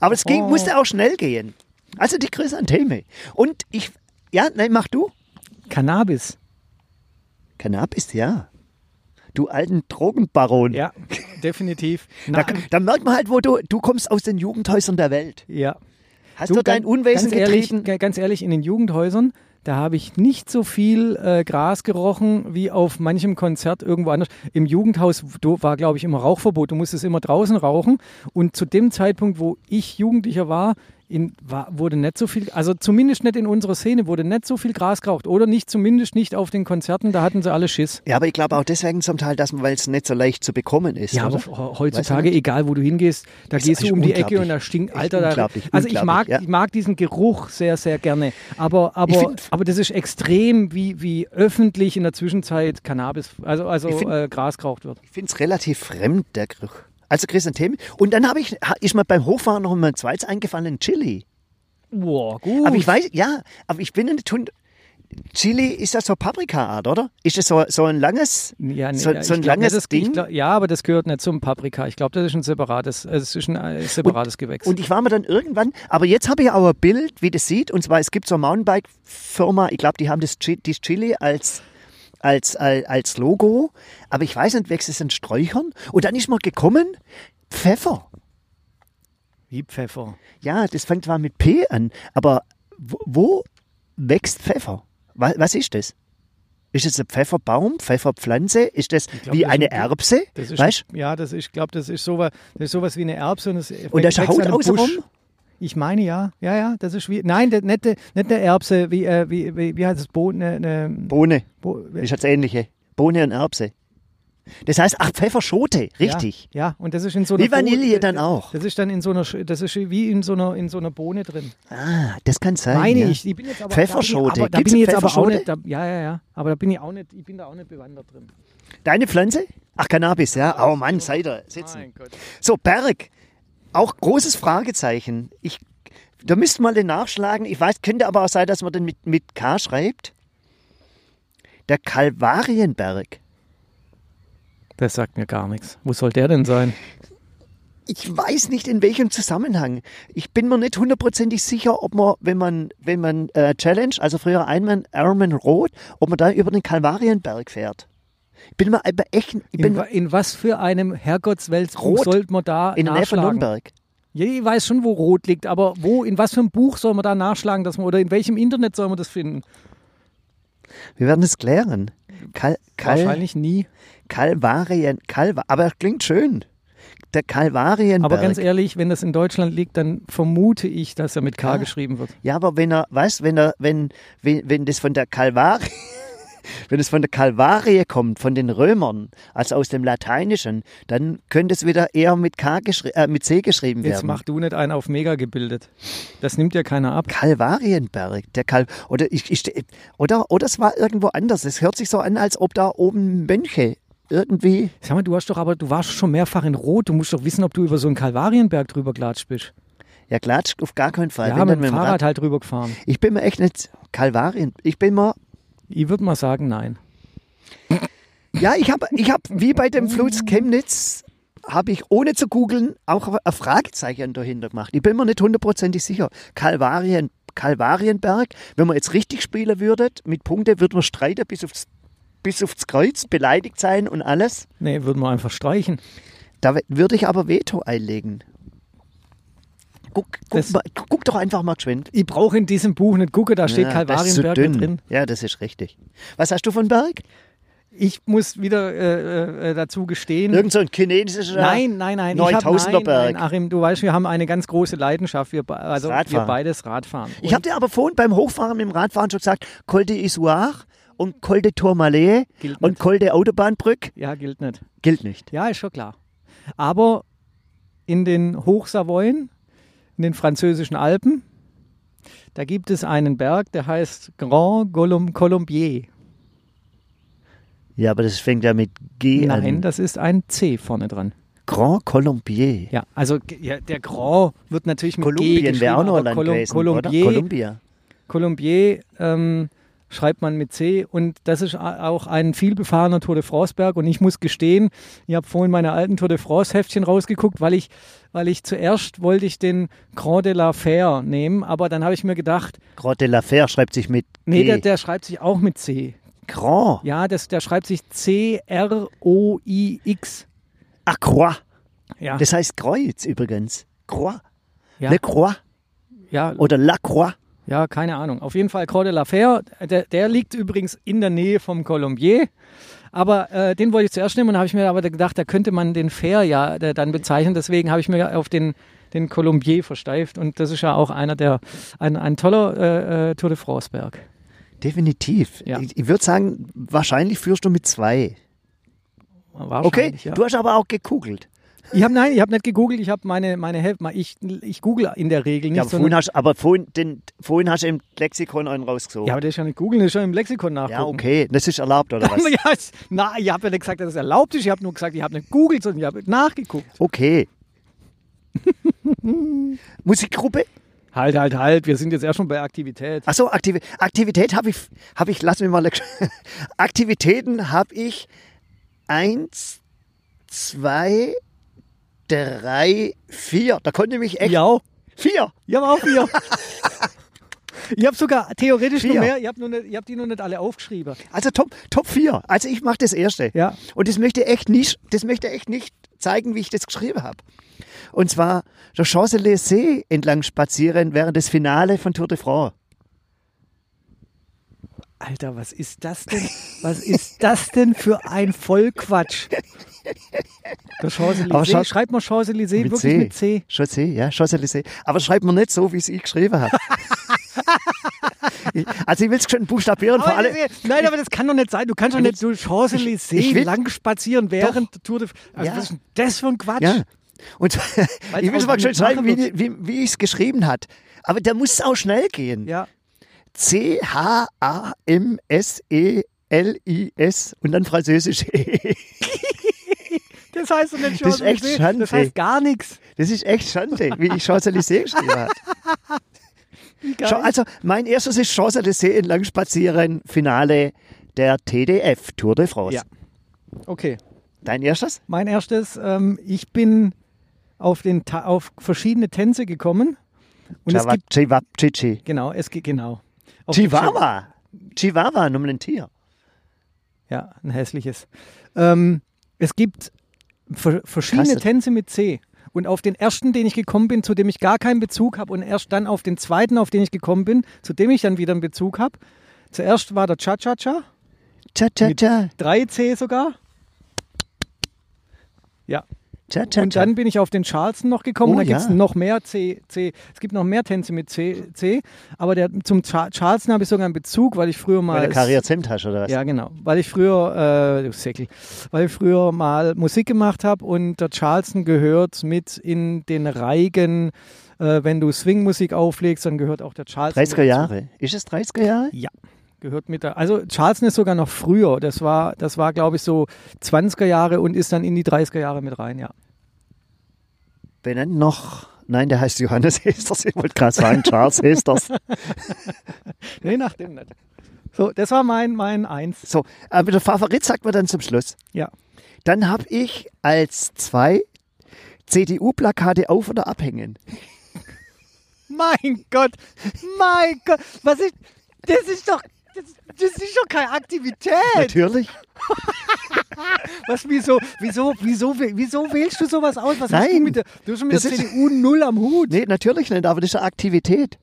Speaker 2: Aber es ging, musste auch schnell gehen. Also die Chrysantheme. Und ich, ja, nein, mach du.
Speaker 1: Cannabis.
Speaker 2: Cannabis, ja. Du alten Drogenbaron.
Speaker 1: Ja, definitiv.
Speaker 2: Da,
Speaker 1: Na,
Speaker 2: da merkt man halt, wo du, du kommst aus den Jugendhäusern der Welt.
Speaker 1: ja.
Speaker 2: Hast du, dein
Speaker 1: ganz-
Speaker 2: Unwesen
Speaker 1: ganz ehrlich,
Speaker 2: getrieben?
Speaker 1: ga- Ganz ehrlich, in den Jugendhäusern, da habe ich nicht so viel äh, Gras gerochen wie auf manchem Konzert irgendwo anders. Im Jugendhaus do- war, glaube ich, immer Rauchverbot. Du musstest immer draußen rauchen. Und zu dem Zeitpunkt, wo ich Jugendlicher war, in, war, wurde nicht so viel, also zumindest nicht in unserer Szene, wurde nicht so viel Gras geraucht. Oder nicht, zumindest nicht auf den Konzerten, da hatten sie alle Schiss.
Speaker 2: Ja, aber ich glaube auch deswegen zum Teil, dass man, weil es nicht so leicht zu bekommen ist.
Speaker 1: Ja, aber
Speaker 2: oder?
Speaker 1: he-
Speaker 2: Weißt
Speaker 1: heutzutage, egal wo du hingehst, da
Speaker 2: Ist
Speaker 1: gehst du
Speaker 2: eigentlich
Speaker 1: um die Ecke
Speaker 2: unglaublich.
Speaker 1: und da stinkt,
Speaker 2: Echt
Speaker 1: Alter, da,
Speaker 2: unglaublich,
Speaker 1: also ich mag,
Speaker 2: unglaublich, ja.
Speaker 1: ich mag diesen Geruch sehr, sehr gerne. Aber, aber,
Speaker 2: Ich find-
Speaker 1: aber das ist extrem, wie, wie öffentlich in der Zwischenzeit Cannabis, also, also
Speaker 2: Ich find-
Speaker 1: äh, Gras geraucht wird.
Speaker 2: Ich finde es relativ fremd, der Geruch. Also Chrysanthemen. Und dann habe ich, ha- ist mir beim Hochfahren noch mal ein zweites eingefallen, ein Chili.
Speaker 1: Wow, gut.
Speaker 2: Aber ich weiß, ja, aber ich bin nicht... tun- Chili ist das so Paprikaart, oder? Ist das so, so ein langes,
Speaker 1: ja, nee,
Speaker 2: so,
Speaker 1: ja,
Speaker 2: so
Speaker 1: ich
Speaker 2: ein
Speaker 1: glaub nicht,
Speaker 2: langes
Speaker 1: das,
Speaker 2: Ding?
Speaker 1: Ich glaub, ja, aber das gehört nicht zum Paprika. Ich glaube, das ist ein separates, äh, es ist ein äh, separates Gewächs.
Speaker 2: Und ich war mir dann irgendwann, aber jetzt habe ich auch ein Bild, wie das sieht. Und zwar, es gibt so eine Mountainbike-Firma, ich glaube, die haben das Chi- die Chili als, als, als, als Logo. Aber ich weiß nicht, wächst es in Sträuchern? Und dann ist mir gekommen, Pfeffer.
Speaker 1: wie Pfeffer.
Speaker 2: Ja, das fängt zwar mit P an, aber wo, wo wächst Pfeffer? Was, was ist das? Ist es ein Pfefferbaum, Pfefferpflanze? Ist das
Speaker 1: glaub,
Speaker 2: wie
Speaker 1: das
Speaker 2: eine
Speaker 1: ist ein-
Speaker 2: Erbse?
Speaker 1: Das ist,
Speaker 2: weißt?
Speaker 1: ja, das ist, ich glaube, das ist sowas, das ist sowas wie eine Erbse und das
Speaker 2: Und da ist
Speaker 1: wächst
Speaker 2: eine
Speaker 1: an
Speaker 2: Haut
Speaker 1: einem
Speaker 2: außenrum?
Speaker 1: Busch. Ich meine ja, ja, ja, das ist wie, nein, das, nicht, der- nicht eine Erbse, wie, äh, wie, wie, wie heißt das Boden? Ne, ne,
Speaker 2: Bohne.
Speaker 1: Bo,
Speaker 2: Das ist das Ähnliche. Bohne und Erbse. Das heißt, ach, Pfefferschote, richtig.
Speaker 1: Ja, Äh, ja, und das ist in so einer
Speaker 2: Wie Vanille
Speaker 1: Bohne-
Speaker 2: dann auch.
Speaker 1: Das ist dann in so einer, Sch- das ist wie in so einer, in so einer Bohne drin.
Speaker 2: Ah, das kann sein.
Speaker 1: Meine
Speaker 2: ja.
Speaker 1: ich. ich bin jetzt aber,
Speaker 2: Pfefferschote.
Speaker 1: Da bin ich, aber, da
Speaker 2: Gibt's
Speaker 1: bin ich jetzt aber auch
Speaker 2: Pfefferschote?
Speaker 1: nicht, da, ja, ja, ja, aber da bin ich auch nicht, ich bin da auch nicht bewandert drin.
Speaker 2: Deine Pflanze? Ach, Cannabis, ja. Oh Mann, seid ihr sitzen.
Speaker 1: Mein Gott.
Speaker 2: So, Berg. Auch großes Fragezeichen. Ich, da müsst ihr mal den nachschlagen. Ich weiß, könnte aber auch sein, dass man den mit, mit K schreibt. Der Kalvarienberg.
Speaker 1: Das sagt mir gar nichts. Wo soll der denn sein?
Speaker 2: Ich weiß nicht, in welchem Zusammenhang. Ich bin mir nicht hundertprozentig sicher, ob man, wenn man, wenn man äh, Challenge, also früher Ironman, Ironman Roth, ob man da über den Kalvarienberg fährt. Ich bin mir aber echt, ich
Speaker 1: In,
Speaker 2: bin
Speaker 1: wa- in was für einem Herrgottsweltbuch
Speaker 2: Rot.
Speaker 1: sollte man da
Speaker 2: in der Nähe von
Speaker 1: nachschlagen?
Speaker 2: Nürnberg.
Speaker 1: Ja, ich weiß schon, wo rot liegt, aber wo, in was für einem Buch soll man da nachschlagen, dass man, oder in welchem Internet soll man das finden?
Speaker 2: Wir werden es klären. Kal Kal
Speaker 1: Wahrscheinlich nie.
Speaker 2: Kalvarien, Kalva aber das klingt schön. Der Kalvarienberg.
Speaker 1: Aber ganz ehrlich, wenn das in Deutschland liegt, dann vermute ich, dass er mit K geschrieben wird.
Speaker 2: ja, aber wenn er, weißt, wenn er, wenn, wenn, wenn das von der Kalvarie, wenn es von der Kalvarie kommt, von den Römern, also aus dem Lateinischen, dann könnte es wieder eher mit K geschri äh, mit C geschrieben
Speaker 1: Jetzt
Speaker 2: werden.
Speaker 1: mach du nicht einen auf mega gebildet. Das nimmt ja keiner ab.
Speaker 2: Kalvarienberg, der Kal oder ich, ich oder oder es war irgendwo anders. Es hört sich so an, als ob da oben Mönche irgendwie
Speaker 1: Sag mal, du hast doch aber, du warst schon mehrfach in Rot, du musst doch wissen, ob du über so einen Kalvarienberg drüber gelatscht bist.
Speaker 2: ja klar, auf gar keinen Fall.
Speaker 1: Ja,
Speaker 2: Wenn,
Speaker 1: mit
Speaker 2: dann
Speaker 1: dem
Speaker 2: Rad.
Speaker 1: Fahrrad halt drüber gefahren.
Speaker 2: Ich bin mir echt nicht Kalvarien. Ich bin mir,
Speaker 1: Ich würde mal sagen, nein.
Speaker 2: ja, ich habe, ich hab, wie bei dem Fluss Chemnitz, habe ich ohne zu googeln auch ein Fragezeichen dahinter gemacht. Ich bin mir nicht hundertprozentig sicher. Kalvarien, Kalvarienberg, wenn man jetzt richtig spielen würdet, mit Punkte würden wir streiten bis aufs, bis aufs Kreuz, beleidigt sein und alles.
Speaker 1: Nee, würden wir einfach streichen.
Speaker 2: Da w- würde ich aber Veto einlegen. Guck, guck,
Speaker 1: Das-
Speaker 2: mal, guck doch einfach mal geschwind.
Speaker 1: Ich brauche in diesem Buch nicht gucken, da steht
Speaker 2: Ja, das ist zu
Speaker 1: Kalvarienberg
Speaker 2: dünn.
Speaker 1: mit drin.
Speaker 2: Ja, das ist richtig. Was hast du von Berg?
Speaker 1: Ich muss wieder äh, äh, dazu gestehen.
Speaker 2: Irgend so ein chinesischer.
Speaker 1: Nein, nein, nein. ich hab-
Speaker 2: 9000er
Speaker 1: nein,
Speaker 2: Berg.
Speaker 1: Nein, Achim, du weißt, wir haben eine ganz große Leidenschaft. Wir, be- also wir
Speaker 2: Radfahren.
Speaker 1: beides Radfahren.
Speaker 2: Ich habe dir aber vorhin beim Hochfahren mit dem Radfahren schon gesagt, Col de Isoire und Col de Tourmalet
Speaker 1: Gilt
Speaker 2: und
Speaker 1: nicht.
Speaker 2: Col de Autobahnbrück
Speaker 1: Ja, gilt nicht.
Speaker 2: gilt nicht.
Speaker 1: Ja, ist schon klar. Aber in den Hochsavoyen, in den französischen Alpen, da gibt es einen Berg, der heißt Grand Golum- Colombier.
Speaker 2: Ja, aber das fängt ja mit G
Speaker 1: Nein,
Speaker 2: an.
Speaker 1: das ist ein C vorne dran.
Speaker 2: Grand Colombier.
Speaker 1: Ja, also g- ja, der Grand wird natürlich mit G
Speaker 2: Kolumbien
Speaker 1: geschrieben,
Speaker 2: wäre auch noch ein
Speaker 1: aber
Speaker 2: Land
Speaker 1: Colom-
Speaker 2: gewesen,
Speaker 1: Colombier,
Speaker 2: oder? Kolumbia.
Speaker 1: Colombier ähm, schreibt man mit C und das ist a- auch ein vielbefahrener Tour de France Berg und ich muss gestehen, ich habe vorhin meine alten Tour de France Heftchen rausgeguckt, weil ich, weil ich zuerst wollte ich den Grand de la Fer nehmen, aber dann habe ich mir gedacht,
Speaker 2: Grand de la Fer schreibt sich mit
Speaker 1: nee,
Speaker 2: G.
Speaker 1: der, der schreibt sich auch mit C.
Speaker 2: Grand.
Speaker 1: Ja, das, der schreibt sich C-R-O-I-X.
Speaker 2: Ah, Croix.
Speaker 1: Ja,
Speaker 2: Das heißt Kreuz übrigens. Croix.
Speaker 1: Ja.
Speaker 2: Le Croix
Speaker 1: ja,
Speaker 2: oder La Croix.
Speaker 1: ja, keine Ahnung. Auf jeden Fall Grand de la Fer, der, der liegt übrigens in der Nähe vom Colombier. Aber äh, den wollte ich zuerst nehmen und habe ich mir aber gedacht, da könnte man den Fair ja äh, dann bezeichnen. Deswegen habe ich mir auf den, den Colombier versteift und das ist ja auch einer der, ein, ein toller äh, äh, Tour de France Berg.
Speaker 2: Definitiv.
Speaker 1: Ja.
Speaker 2: Ich, ich würde sagen, wahrscheinlich führst du mit zwei. Okay,
Speaker 1: Wahrscheinlich, ja.
Speaker 2: du hast aber auch gekugelt.
Speaker 1: Ich habe nein, ich habe nicht gegoogelt, ich habe meine meine Help, ich ich google in der Regel nicht.
Speaker 2: Ja, aber,
Speaker 1: sondern-
Speaker 2: vorhin hast, aber vorhin, den, vorhin hast du im Lexikon einen rausgezogen.
Speaker 1: ja aber das ist ja nicht googeln, das ist ja im Lexikon nachgucken.
Speaker 2: Ja, okay, das ist erlaubt, oder was?
Speaker 1: ja, ich, na, ich habe ja nicht gesagt, dass es erlaubt ist. Ich habe nur gesagt, ich habe nicht gegoogelt, sondern ich habe nachgeguckt.
Speaker 2: Okay. Musikgruppe?
Speaker 1: Halt, halt, halt, wir sind jetzt ja schon bei Aktivität.
Speaker 2: Achso, Aktiv Aktivität habe ich, habe ich, lass mich mal, Aktivitäten habe ich eins, zwei, drei, vier. Da konnte ich mich echt,
Speaker 1: Ja,
Speaker 2: vier.
Speaker 1: ich habe auch vier. ich habe sogar theoretisch
Speaker 2: Vier.
Speaker 1: nur mehr, ich habe nur nicht- ich habe die nur nicht alle aufgeschrieben.
Speaker 2: Also Top, Top 4. Also ich mache das erste.
Speaker 1: Ja.
Speaker 2: Und das möchte echt nicht, das möchte echt nicht zeigen, wie ich das geschrieben habe. Und zwar der Champs-Élysées entlang spazieren während des Finale von Tour de France.
Speaker 1: Alter, was ist das denn? Was ist das denn für ein Vollquatsch? Der
Speaker 2: Aber schau-
Speaker 1: Champs-Élysées, schreibt mal Champs-Élysées wirklich mit C.
Speaker 2: Champs-Élysées, ja, Champs-Élysées. Aber schreibt mir nicht so, wie es ich geschrieben habe. Ich- also ich will es schon buchstabieren für
Speaker 1: Aber
Speaker 2: alle.
Speaker 1: das- Nein, aber das kann doch nicht sein. Du kannst doch nicht so
Speaker 2: ich will-
Speaker 1: Champs-Élysées lang spazieren während der Tour de also,
Speaker 2: Ja.
Speaker 1: Was ist denn das für ein Quatsch?
Speaker 2: Ja. Und ich will es
Speaker 1: auch
Speaker 2: mal schön
Speaker 1: damit
Speaker 2: schreiben, wie,
Speaker 1: machen
Speaker 2: wie, wie ich es geschrieben hat. Aber da muss es auch schnell gehen.
Speaker 1: ja.
Speaker 2: E C-H-A-M-S-E-L-I-S und dann französisch. E.
Speaker 1: Das heißt doch nicht
Speaker 2: Das ist echt
Speaker 1: Champs-Élysées,
Speaker 2: Schande.
Speaker 1: Das heißt gar nichts.
Speaker 2: Das ist echt Schande, wie ich Champs-Élysées geschrieben habe. Schau, Also, mein erstes ist Champs-Élysées entlang spazieren, Finale der TDF, Tour de France.
Speaker 1: Ja. Okay.
Speaker 2: Dein erstes?
Speaker 1: Mein erstes, ähm, ich bin auf, den Ta auf verschiedene Tänze gekommen. Und es
Speaker 2: Chava-
Speaker 1: gibt,
Speaker 2: Chiva- Chichi.
Speaker 1: genau, es gibt, genau. Auf die
Speaker 2: Chihuahua. Chihuahua, nur ein Tier.
Speaker 1: Ja, ein hässliches. Ähm, es gibt ver verschiedene
Speaker 2: Krasse.
Speaker 1: Tänze mit C. Und auf den ersten, den ich gekommen bin, zu dem ich gar keinen Bezug habe, und erst dann auf den zweiten, auf den ich gekommen bin, zu dem ich dann wieder einen Bezug habe. Zuerst war der Cha-Cha-Cha,
Speaker 2: Cha, cha, cha.
Speaker 1: 3C sogar. Ja,
Speaker 2: Cha, cha,
Speaker 1: Und
Speaker 2: cha.
Speaker 1: dann bin ich auf den Charleston noch gekommen.
Speaker 2: Oh,
Speaker 1: da gibt es
Speaker 2: ja.
Speaker 1: noch mehr C, C. Es gibt noch mehr Tänze mit C. C aber der, zum Cha Charleston habe ich sogar einen Bezug, weil ich früher mal.
Speaker 2: Weil du Karriere Zimt hast, oder was?
Speaker 1: ja, genau. Weil ich früher, äh, du Säckel, weil ich früher mal Musik gemacht habe und der Charleston gehört mit in den Reigen. Äh, wenn du Swingmusik auflegst, dann gehört auch der Charleston.
Speaker 2: 30er
Speaker 1: mit dazu.
Speaker 2: Jahre. Ist es 30er Jahre?
Speaker 1: Ja, gehört mit da. Also Charleston ist sogar noch früher. Das war, das war glaube ich, so 20er Jahre und ist dann in die 30er Jahre mit rein, ja.
Speaker 2: benennt noch. Nein, der heißt Johannes Hesters. Ich wollte gerade sagen, Charles Hesters.
Speaker 1: Je nachdem nicht. So, das war mein, mein Eins.
Speaker 2: So, aber der Favorit sagt man dann zum Schluss.
Speaker 1: Ja.
Speaker 2: Dann habe ich als zwei CDU-Plakate auf oder abhängen.
Speaker 1: Mein Gott, mein Gott, was ist, das ist doch, das, das ist doch keine Aktivität.
Speaker 2: Natürlich.
Speaker 1: Was, wieso, wieso, wieso, wieso wählst du sowas aus? Was hast du
Speaker 2: Nein,
Speaker 1: mit der, du hast schon mit der
Speaker 2: das ist-
Speaker 1: CDU null am Hut.
Speaker 2: Nee, natürlich nicht, aber das ist eine Aktivität.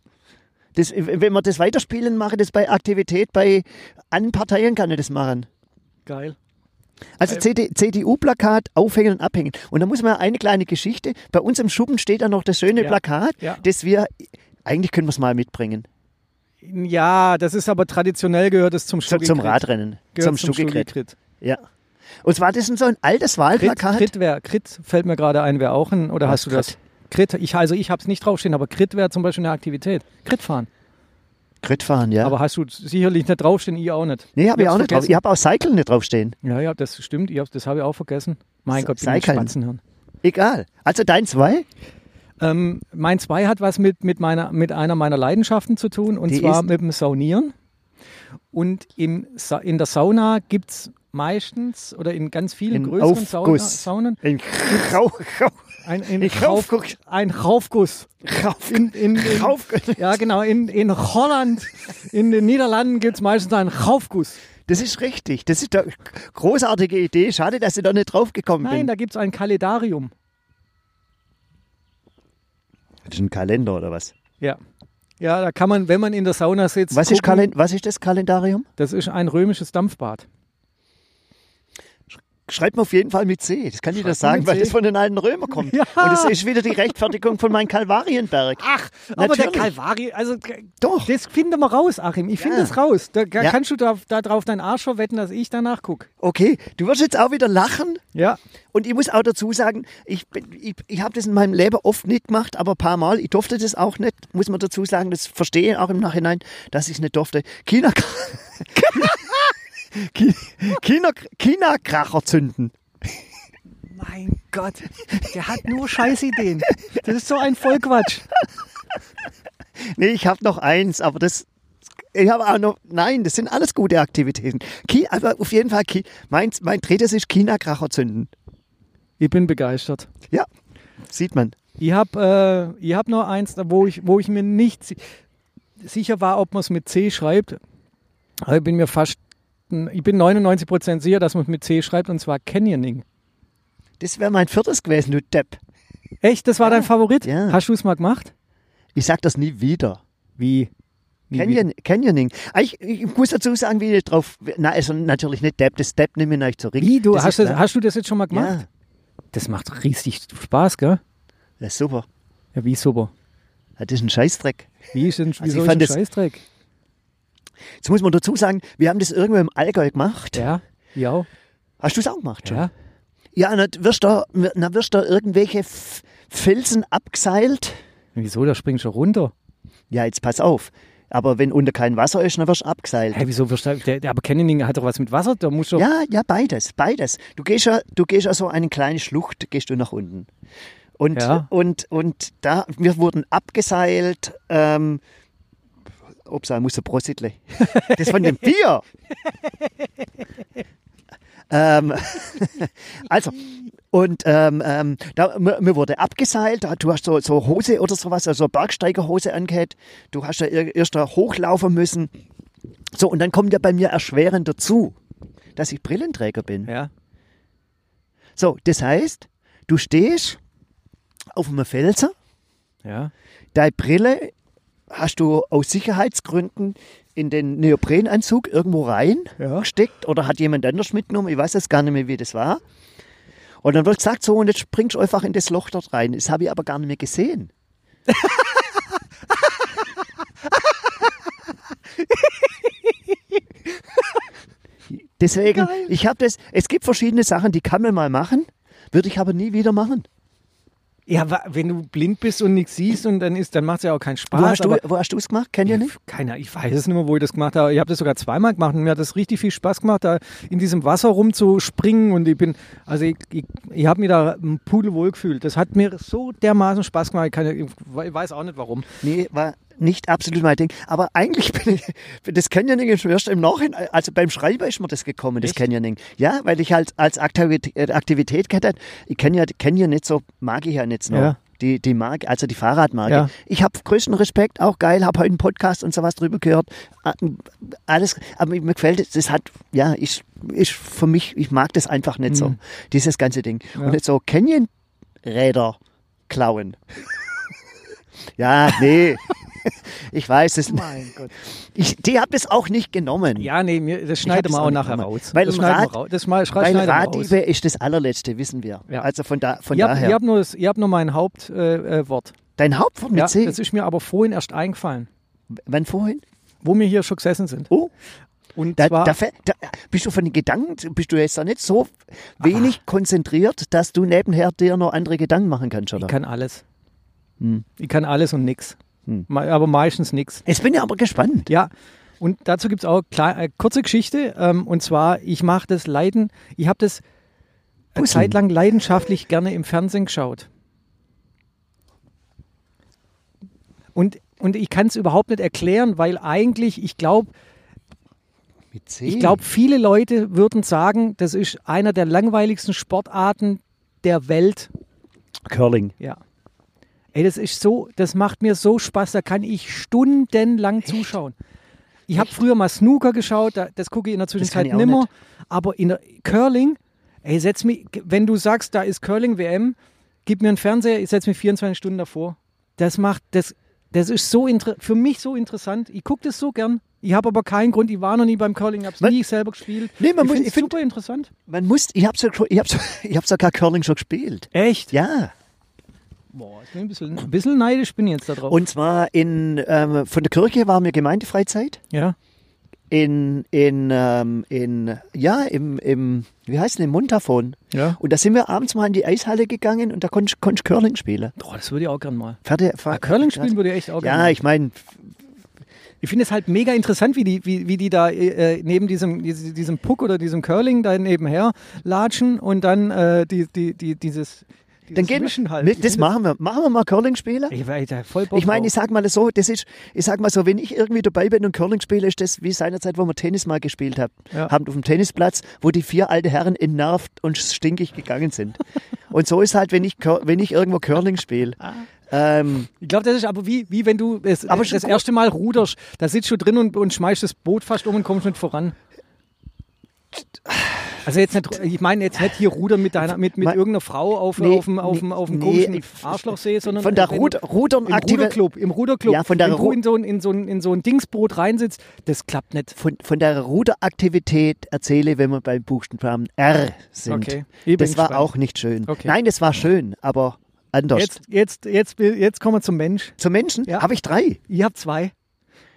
Speaker 2: Das, wenn wir das weiterspielen, mache ich das bei Aktivität, bei allen Parteien kann ich das machen.
Speaker 1: Geil.
Speaker 2: Also CD, CDU-Plakat aufhängen und abhängen. Und da muss man eine kleine Geschichte. Bei uns im Schuppen steht da noch das schöne
Speaker 1: Ja.
Speaker 2: Plakat,
Speaker 1: Ja.
Speaker 2: das wir eigentlich können wir es mal mitbringen.
Speaker 1: Ja, das ist aber traditionell gehört es zum
Speaker 2: Zu,
Speaker 1: Stucki
Speaker 2: zum Radrennen, zum,
Speaker 1: zum
Speaker 2: Stuckegrit.
Speaker 1: Stuckigrit.
Speaker 2: Ja. Und zwar das ist so ein altes
Speaker 1: Krit,
Speaker 2: Wahlplakat.
Speaker 1: Krit, wär, Krit fällt mir gerade ein, wäre auch ein, oder
Speaker 2: Was,
Speaker 1: hast du das? Krit, ich, also ich habe es nicht draufstehen, aber Krit wäre zum Beispiel eine Aktivität. Krit fahren.
Speaker 2: Krit fahren, ja.
Speaker 1: Aber hast du sicherlich nicht draufstehen, ich auch nicht.
Speaker 2: nee, habe ich
Speaker 1: hab's
Speaker 2: auch nicht drauf.
Speaker 1: vergessen.
Speaker 2: Ich habe auch Cycle nicht draufstehen.
Speaker 1: Ja, ja, das stimmt, ich hab, das habe ich auch vergessen. Mein
Speaker 2: Se-
Speaker 1: Gott, bin ich
Speaker 2: Cycling.
Speaker 1: Spanzenhirn.
Speaker 2: Egal. Also dein zwei?
Speaker 1: Ähm, mein zwei hat was mit, mit, meiner, mit einer meiner Leidenschaften zu tun, und
Speaker 2: Die
Speaker 1: zwar
Speaker 2: ist-
Speaker 1: mit dem Saunieren. Und im, Sa- in der Sauna gibt es meistens oder in ganz vielen
Speaker 2: Ein
Speaker 1: größeren Sauna,
Speaker 2: Aufguss.
Speaker 1: Saunen
Speaker 2: Ein Rau, Rau,
Speaker 1: ein, ein,
Speaker 2: Ich
Speaker 1: Rauf,
Speaker 2: raufguck.
Speaker 1: ein Raufguss.
Speaker 2: Rau,
Speaker 1: In, in, in,
Speaker 2: Raufguss.
Speaker 1: Ja, genau. In, in Holland, in den Niederlanden gibt es meistens einen Raufguss.
Speaker 2: Das ist richtig. Das ist eine großartige Idee. Schade, dass ich da nicht drauf gekommen
Speaker 1: Nein,
Speaker 2: bin.
Speaker 1: da gibt es ein Kalendarium.
Speaker 2: Das ist ein Kalender oder was?
Speaker 1: Ja. Ja, da kann man, wenn man in der Sauna sitzt.
Speaker 2: Was ist,
Speaker 1: gucken.
Speaker 2: Kalen was ist das Kalendarium?
Speaker 1: Das ist ein römisches Dampfbad.
Speaker 2: Schreibt mir auf jeden Fall mit C. Das kann ich dir sagen,
Speaker 1: mit
Speaker 2: weil
Speaker 1: C.
Speaker 2: das von den alten Römern kommt.
Speaker 1: Ja.
Speaker 2: Und das ist wieder die Rechtfertigung von meinem Kalvarienberg.
Speaker 1: Ach, aber der
Speaker 2: Natürlich.
Speaker 1: Kalvari, also
Speaker 2: Doch.
Speaker 1: das finden wir raus, Achim. Ich finde
Speaker 2: Ja.
Speaker 1: es raus. Da, da
Speaker 2: Ja.
Speaker 1: kannst du da, da drauf deinen Arsch verwetten, dass ich danach gucke.
Speaker 2: Okay, du wirst jetzt auch wieder lachen.
Speaker 1: Ja.
Speaker 2: Und ich muss auch dazu sagen, ich, bin- ich, ich habe das in meinem Leben oft nicht gemacht, aber ein paar Mal. Ich durfte das auch nicht, muss man dazu sagen. Das verstehe ich auch im Nachhinein, dass ich es nicht durfte. China, Ki- China, China Kracher zünden.
Speaker 1: Mein Gott, der hat nur Scheißideen. Das ist so ein Vollquatsch.
Speaker 2: Nee, ich habe noch eins, aber das. Ich habe auch noch. Nein, das sind alles gute Aktivitäten. Ki, aber auf jeden Fall, Ki, mein, mein drittes ist China Kracher zünden.
Speaker 1: Ich bin begeistert.
Speaker 2: Ja, sieht man.
Speaker 1: Ich habe äh, ich hab noch eins, da wo ich, wo ich mir nicht si sicher war, ob man es mit C schreibt. Aber ich bin mir fast, ich bin 99% sicher, dass man es mit C schreibt und zwar Canyoning.
Speaker 2: Das wäre mein viertes gewesen, du Depp.
Speaker 1: Echt, das war dein Favorit?
Speaker 2: ja.
Speaker 1: Hast du es mal gemacht?
Speaker 2: Ich sag das nie wieder.
Speaker 1: Wie? Nie wieder.
Speaker 2: Canyon, Canyoning. Ah, Ich, ich muss dazu sagen, wie ich drauf. Na, also natürlich nicht Depp, das Depp nehme ich nicht zurück.
Speaker 1: Wie, du,
Speaker 2: das
Speaker 1: hast,
Speaker 2: ist
Speaker 1: das,
Speaker 2: klar.
Speaker 1: hast du das jetzt schon mal gemacht?
Speaker 2: Ja,
Speaker 1: Das macht richtig Spaß, gell?
Speaker 2: das ist super.
Speaker 1: Ja, wie super.
Speaker 2: Ja, Das ist ein Scheißdreck.
Speaker 1: Wie ist denn,
Speaker 2: ich
Speaker 1: wieso ist
Speaker 2: fand
Speaker 1: ein
Speaker 2: das-
Speaker 1: Scheißdreck?
Speaker 2: Jetzt muss man dazu sagen, wir haben das irgendwo im Allgäu gemacht.
Speaker 1: Ja, ja,
Speaker 2: Hast du es auch gemacht schon?
Speaker 1: ja.
Speaker 2: Ja, na, wirst da, na, wirst da irgendwelche F Felsen abgeseilt.
Speaker 1: Wieso, da springst du runter?
Speaker 2: Ja, jetzt pass auf. Aber wenn unter kein Wasser ist, dann wirst du abgeseilt.
Speaker 1: Hä, wieso, wirst du- der, der, aber Canyoning hat doch was mit Wasser, da musst du...
Speaker 2: Ja, ja, beides, beides. Du gehst ja, du gehst ja so eine kleine Schlucht, gehst du nach unten. Und,
Speaker 1: Ja.
Speaker 2: und, und da, wir wurden abgeseilt, ähm, ups, ich muss ein Brositle. Das von dem Bier. ähm, also, und ähm, ähm, da, mir, mir wurde abgeseilt, da- du hast so, so Hose oder sowas, also Bergsteigerhose angehört, du hast ja ir- erst da hochlaufen müssen. So, und dann kommt ja bei mir erschwerend dazu, dass ich Brillenträger bin.
Speaker 1: ja.
Speaker 2: So, das heißt, du stehst auf einem Felsen,
Speaker 1: ja.
Speaker 2: deine Brille hast du aus Sicherheitsgründen in den Neoprenanzug irgendwo rein
Speaker 1: Ja.
Speaker 2: gesteckt oder hat jemand anders mitgenommen, ich weiß es gar nicht mehr, wie das war. Und dann wird gesagt, so, und jetzt springst du einfach in das Loch dort rein. Das habe ich aber gar nicht mehr gesehen. Deswegen, ich habe das, es gibt verschiedene Sachen, die kann man mal machen, würde ich aber nie wieder machen.
Speaker 1: Ja, wa- wenn du blind bist und nichts siehst und dann ist, dann macht es ja auch keinen Spaß.
Speaker 2: Wo hast, du,
Speaker 1: aber,
Speaker 2: wo hast du es gemacht? Kennt ihr nicht?
Speaker 1: Keiner, ich weiß es nicht mehr, wo ich das gemacht habe. Ich habe das sogar zweimal gemacht und mir hat das richtig viel Spaß gemacht, da in diesem Wasser rumzuspringen und ich bin, also ich, ich, ich habe mir da ein pudelwohl gefühlt. Das hat mir so dermaßen Spaß gemacht, ich, kann, ja- ich weiß auch nicht warum.
Speaker 2: Nee, war nicht absolut mein Ding. Aber eigentlich bin ich, das Canyoning ist mir erst im Nachhinein, also beim Schreiber ist mir das gekommen, das
Speaker 1: Echt?
Speaker 2: Canyoning. Ja, weil ich halt als Aktivität, äh, Aktivität gehabt habe. Ich kenne ja, kenne ja nicht so, mag ich ja nicht so.
Speaker 1: Ja.
Speaker 2: Die, die Marke, also die Fahrradmarke.
Speaker 1: Ja.
Speaker 2: Ich habe größten Respekt, auch geil, habe heute einen Podcast und sowas drüber gehört. Ah, Alles, aber mir gefällt es, das hat, ja, ich, ich für mich, ich mag das einfach nicht so,
Speaker 1: Mhm.
Speaker 2: dieses ganze Ding. Und jetzt so Canyon-Räder klauen. ja, nee. ich weiß es nicht.
Speaker 1: Mein Gott.
Speaker 2: Ich, die habe es auch nicht genommen.
Speaker 1: Ja, nee, mir, das
Speaker 2: Ich hab
Speaker 1: schneiden
Speaker 2: es
Speaker 1: wir
Speaker 2: auch
Speaker 1: auch
Speaker 2: nicht
Speaker 1: nachher
Speaker 2: genommen.
Speaker 1: raus.
Speaker 2: Weil
Speaker 1: das
Speaker 2: im
Speaker 1: schneiden
Speaker 2: Rad-
Speaker 1: wir raus. Das mal, schra-
Speaker 2: Weil
Speaker 1: schneiden wir raus.
Speaker 2: Raddiebe ist das allerletzte, wissen wir.
Speaker 1: Ja.
Speaker 2: Also von, da, von
Speaker 1: Ihr habt,
Speaker 2: daher.
Speaker 1: ihr habt nur, das, ihr habt nur mein Hauptwort. Äh, äh, Wort.
Speaker 2: Dein Hauptwort mit
Speaker 1: ja,
Speaker 2: C.
Speaker 1: das ist mir aber vorhin erst eingefallen,
Speaker 2: Wann vorhin?
Speaker 1: wo wir hier schon gesessen sind.
Speaker 2: Oh,
Speaker 1: Und
Speaker 2: da,
Speaker 1: zwar,
Speaker 2: da, fä- da, bist du von den Gedanken, bist du jetzt da nicht so
Speaker 1: Ah.
Speaker 2: wenig konzentriert, dass du nebenher dir noch andere Gedanken machen kannst, oder?
Speaker 1: ich kann alles.
Speaker 2: Hm.
Speaker 1: Ich kann alles und nix.
Speaker 2: Hm.
Speaker 1: Me- Aber meistens nix.
Speaker 2: Jetzt bin ich aber gespannt.
Speaker 1: Ja, und dazu gibt es auch klar, äh, kurze Geschichte. Ähm, und zwar, ich mache das Leiden, ich habe das eine
Speaker 2: Puzzeln.
Speaker 1: Zeit lang leidenschaftlich gerne im Fernsehen geschaut. Und, und ich kann es überhaupt nicht erklären, weil eigentlich, ich glaube,
Speaker 2: Mit C?
Speaker 1: ich glaube, viele Leute würden sagen, das ist einer der langweiligsten Sportarten der Welt.
Speaker 2: Curling.
Speaker 1: Ja. Ey, das ist so, das macht mir so Spaß, da kann ich stundenlang zuschauen. Ich habe früher mal Snooker geschaut, da, das gucke ich in der Zwischenzeit
Speaker 2: ich auch
Speaker 1: nimmer,
Speaker 2: nicht.
Speaker 1: aber in der Curling, ey, setz mich, wenn du sagst, da ist Curling WM, gib mir einen Fernseher, ich setz mich 24 Stunden davor. Das macht das das ist so inter für mich so interessant. Ich gucke das so gern. Ich habe aber keinen Grund, ich war noch nie beim Curling, habe es
Speaker 2: Man-
Speaker 1: nie selber gespielt.
Speaker 2: Nee, man
Speaker 1: ich
Speaker 2: muss-
Speaker 1: finde
Speaker 2: ich find-
Speaker 1: super interessant.
Speaker 2: Man muss, ich habe so, ich hab so, ich hab sogar Curling schon gespielt.
Speaker 1: Echt?
Speaker 2: Ja.
Speaker 1: Boah, ich bin ein bisschen, ein bisschen neidisch bin ich jetzt da drauf.
Speaker 2: Und zwar in, ähm, von der Kirche war mir Gemeindefreizeit.
Speaker 1: ja.
Speaker 2: In, in, ähm, in, ja, im, im, wie heißt denn, im Montafon.
Speaker 1: Ja.
Speaker 2: Und da sind wir abends mal in die Eishalle gegangen und da konntest du Curling spielen.
Speaker 1: Boah, das würde ich auch gern mal.
Speaker 2: Fertig.
Speaker 1: Ah, Curling spielen würde ich echt auch gerne.
Speaker 2: Ja, ich meine,
Speaker 1: Ich finde es halt mega interessant, wie die, wie, wie die da äh, neben diesem, diese- diesem Puck oder diesem Curling da nebenher latschen und dann äh, die, die, die, dieses, dieses
Speaker 2: dann gehen
Speaker 1: Mischen
Speaker 2: wir,
Speaker 1: halt.
Speaker 2: mit, das machen wir. Machen wir mal Curling spielen?
Speaker 1: Ich, weiß, da voll Bock
Speaker 2: Ich meine, ich
Speaker 1: drauf.
Speaker 2: sag mal so, das ist, ich sag mal so, wenn ich irgendwie dabei bin und Curling spiele, ist das wie seinerzeit, wo wir Tennis mal gespielt haben,
Speaker 1: Ja.
Speaker 2: haben auf dem Tennisplatz, wo die vier alte Herren entnervt und stinkig gegangen sind. und so ist halt, wenn ich, Cur- wenn ich irgendwo Curling spiele.
Speaker 1: Ah.
Speaker 2: Ähm,
Speaker 1: ich glaube, das ist aber wie, wie wenn du es,
Speaker 2: Aber schon
Speaker 1: das
Speaker 2: gut.
Speaker 1: erste Mal ruderst. Da sitzt du drin und, und schmeißt das Boot fast um und kommst nicht voran. Also jetzt nicht, ich meine jetzt nicht hier rudern mit deiner, mit, mit
Speaker 2: Mein-
Speaker 1: irgendeiner Frau auf,
Speaker 2: Nee,
Speaker 1: auf dem, auf dem, auf dem
Speaker 2: nee,
Speaker 1: komischen
Speaker 2: nee,
Speaker 1: Arschlochsee, sondern
Speaker 2: von der
Speaker 1: wenn du-
Speaker 2: Rud Rudern
Speaker 1: Im
Speaker 2: aktive,
Speaker 1: Ruderclub, im Ruderclub.
Speaker 2: Ja, von der
Speaker 1: Wenn du
Speaker 2: Ru-
Speaker 1: in so, ein, in, so ein, in so ein Dingsboot reinsitzt, das klappt nicht.
Speaker 2: von, von der Ruderaktivität erzähle, wenn wir beim Buchstaben R sind.
Speaker 1: Okay. Ich bin
Speaker 2: Das war
Speaker 1: gespannt.
Speaker 2: auch nicht schön.
Speaker 1: Okay.
Speaker 2: Nein, das war schön, aber anders.
Speaker 1: Jetzt, jetzt, jetzt, jetzt kommen wir zum Mensch.
Speaker 2: Zum Menschen
Speaker 1: Ja.
Speaker 2: habe ich drei.
Speaker 1: Ihr habt zwei.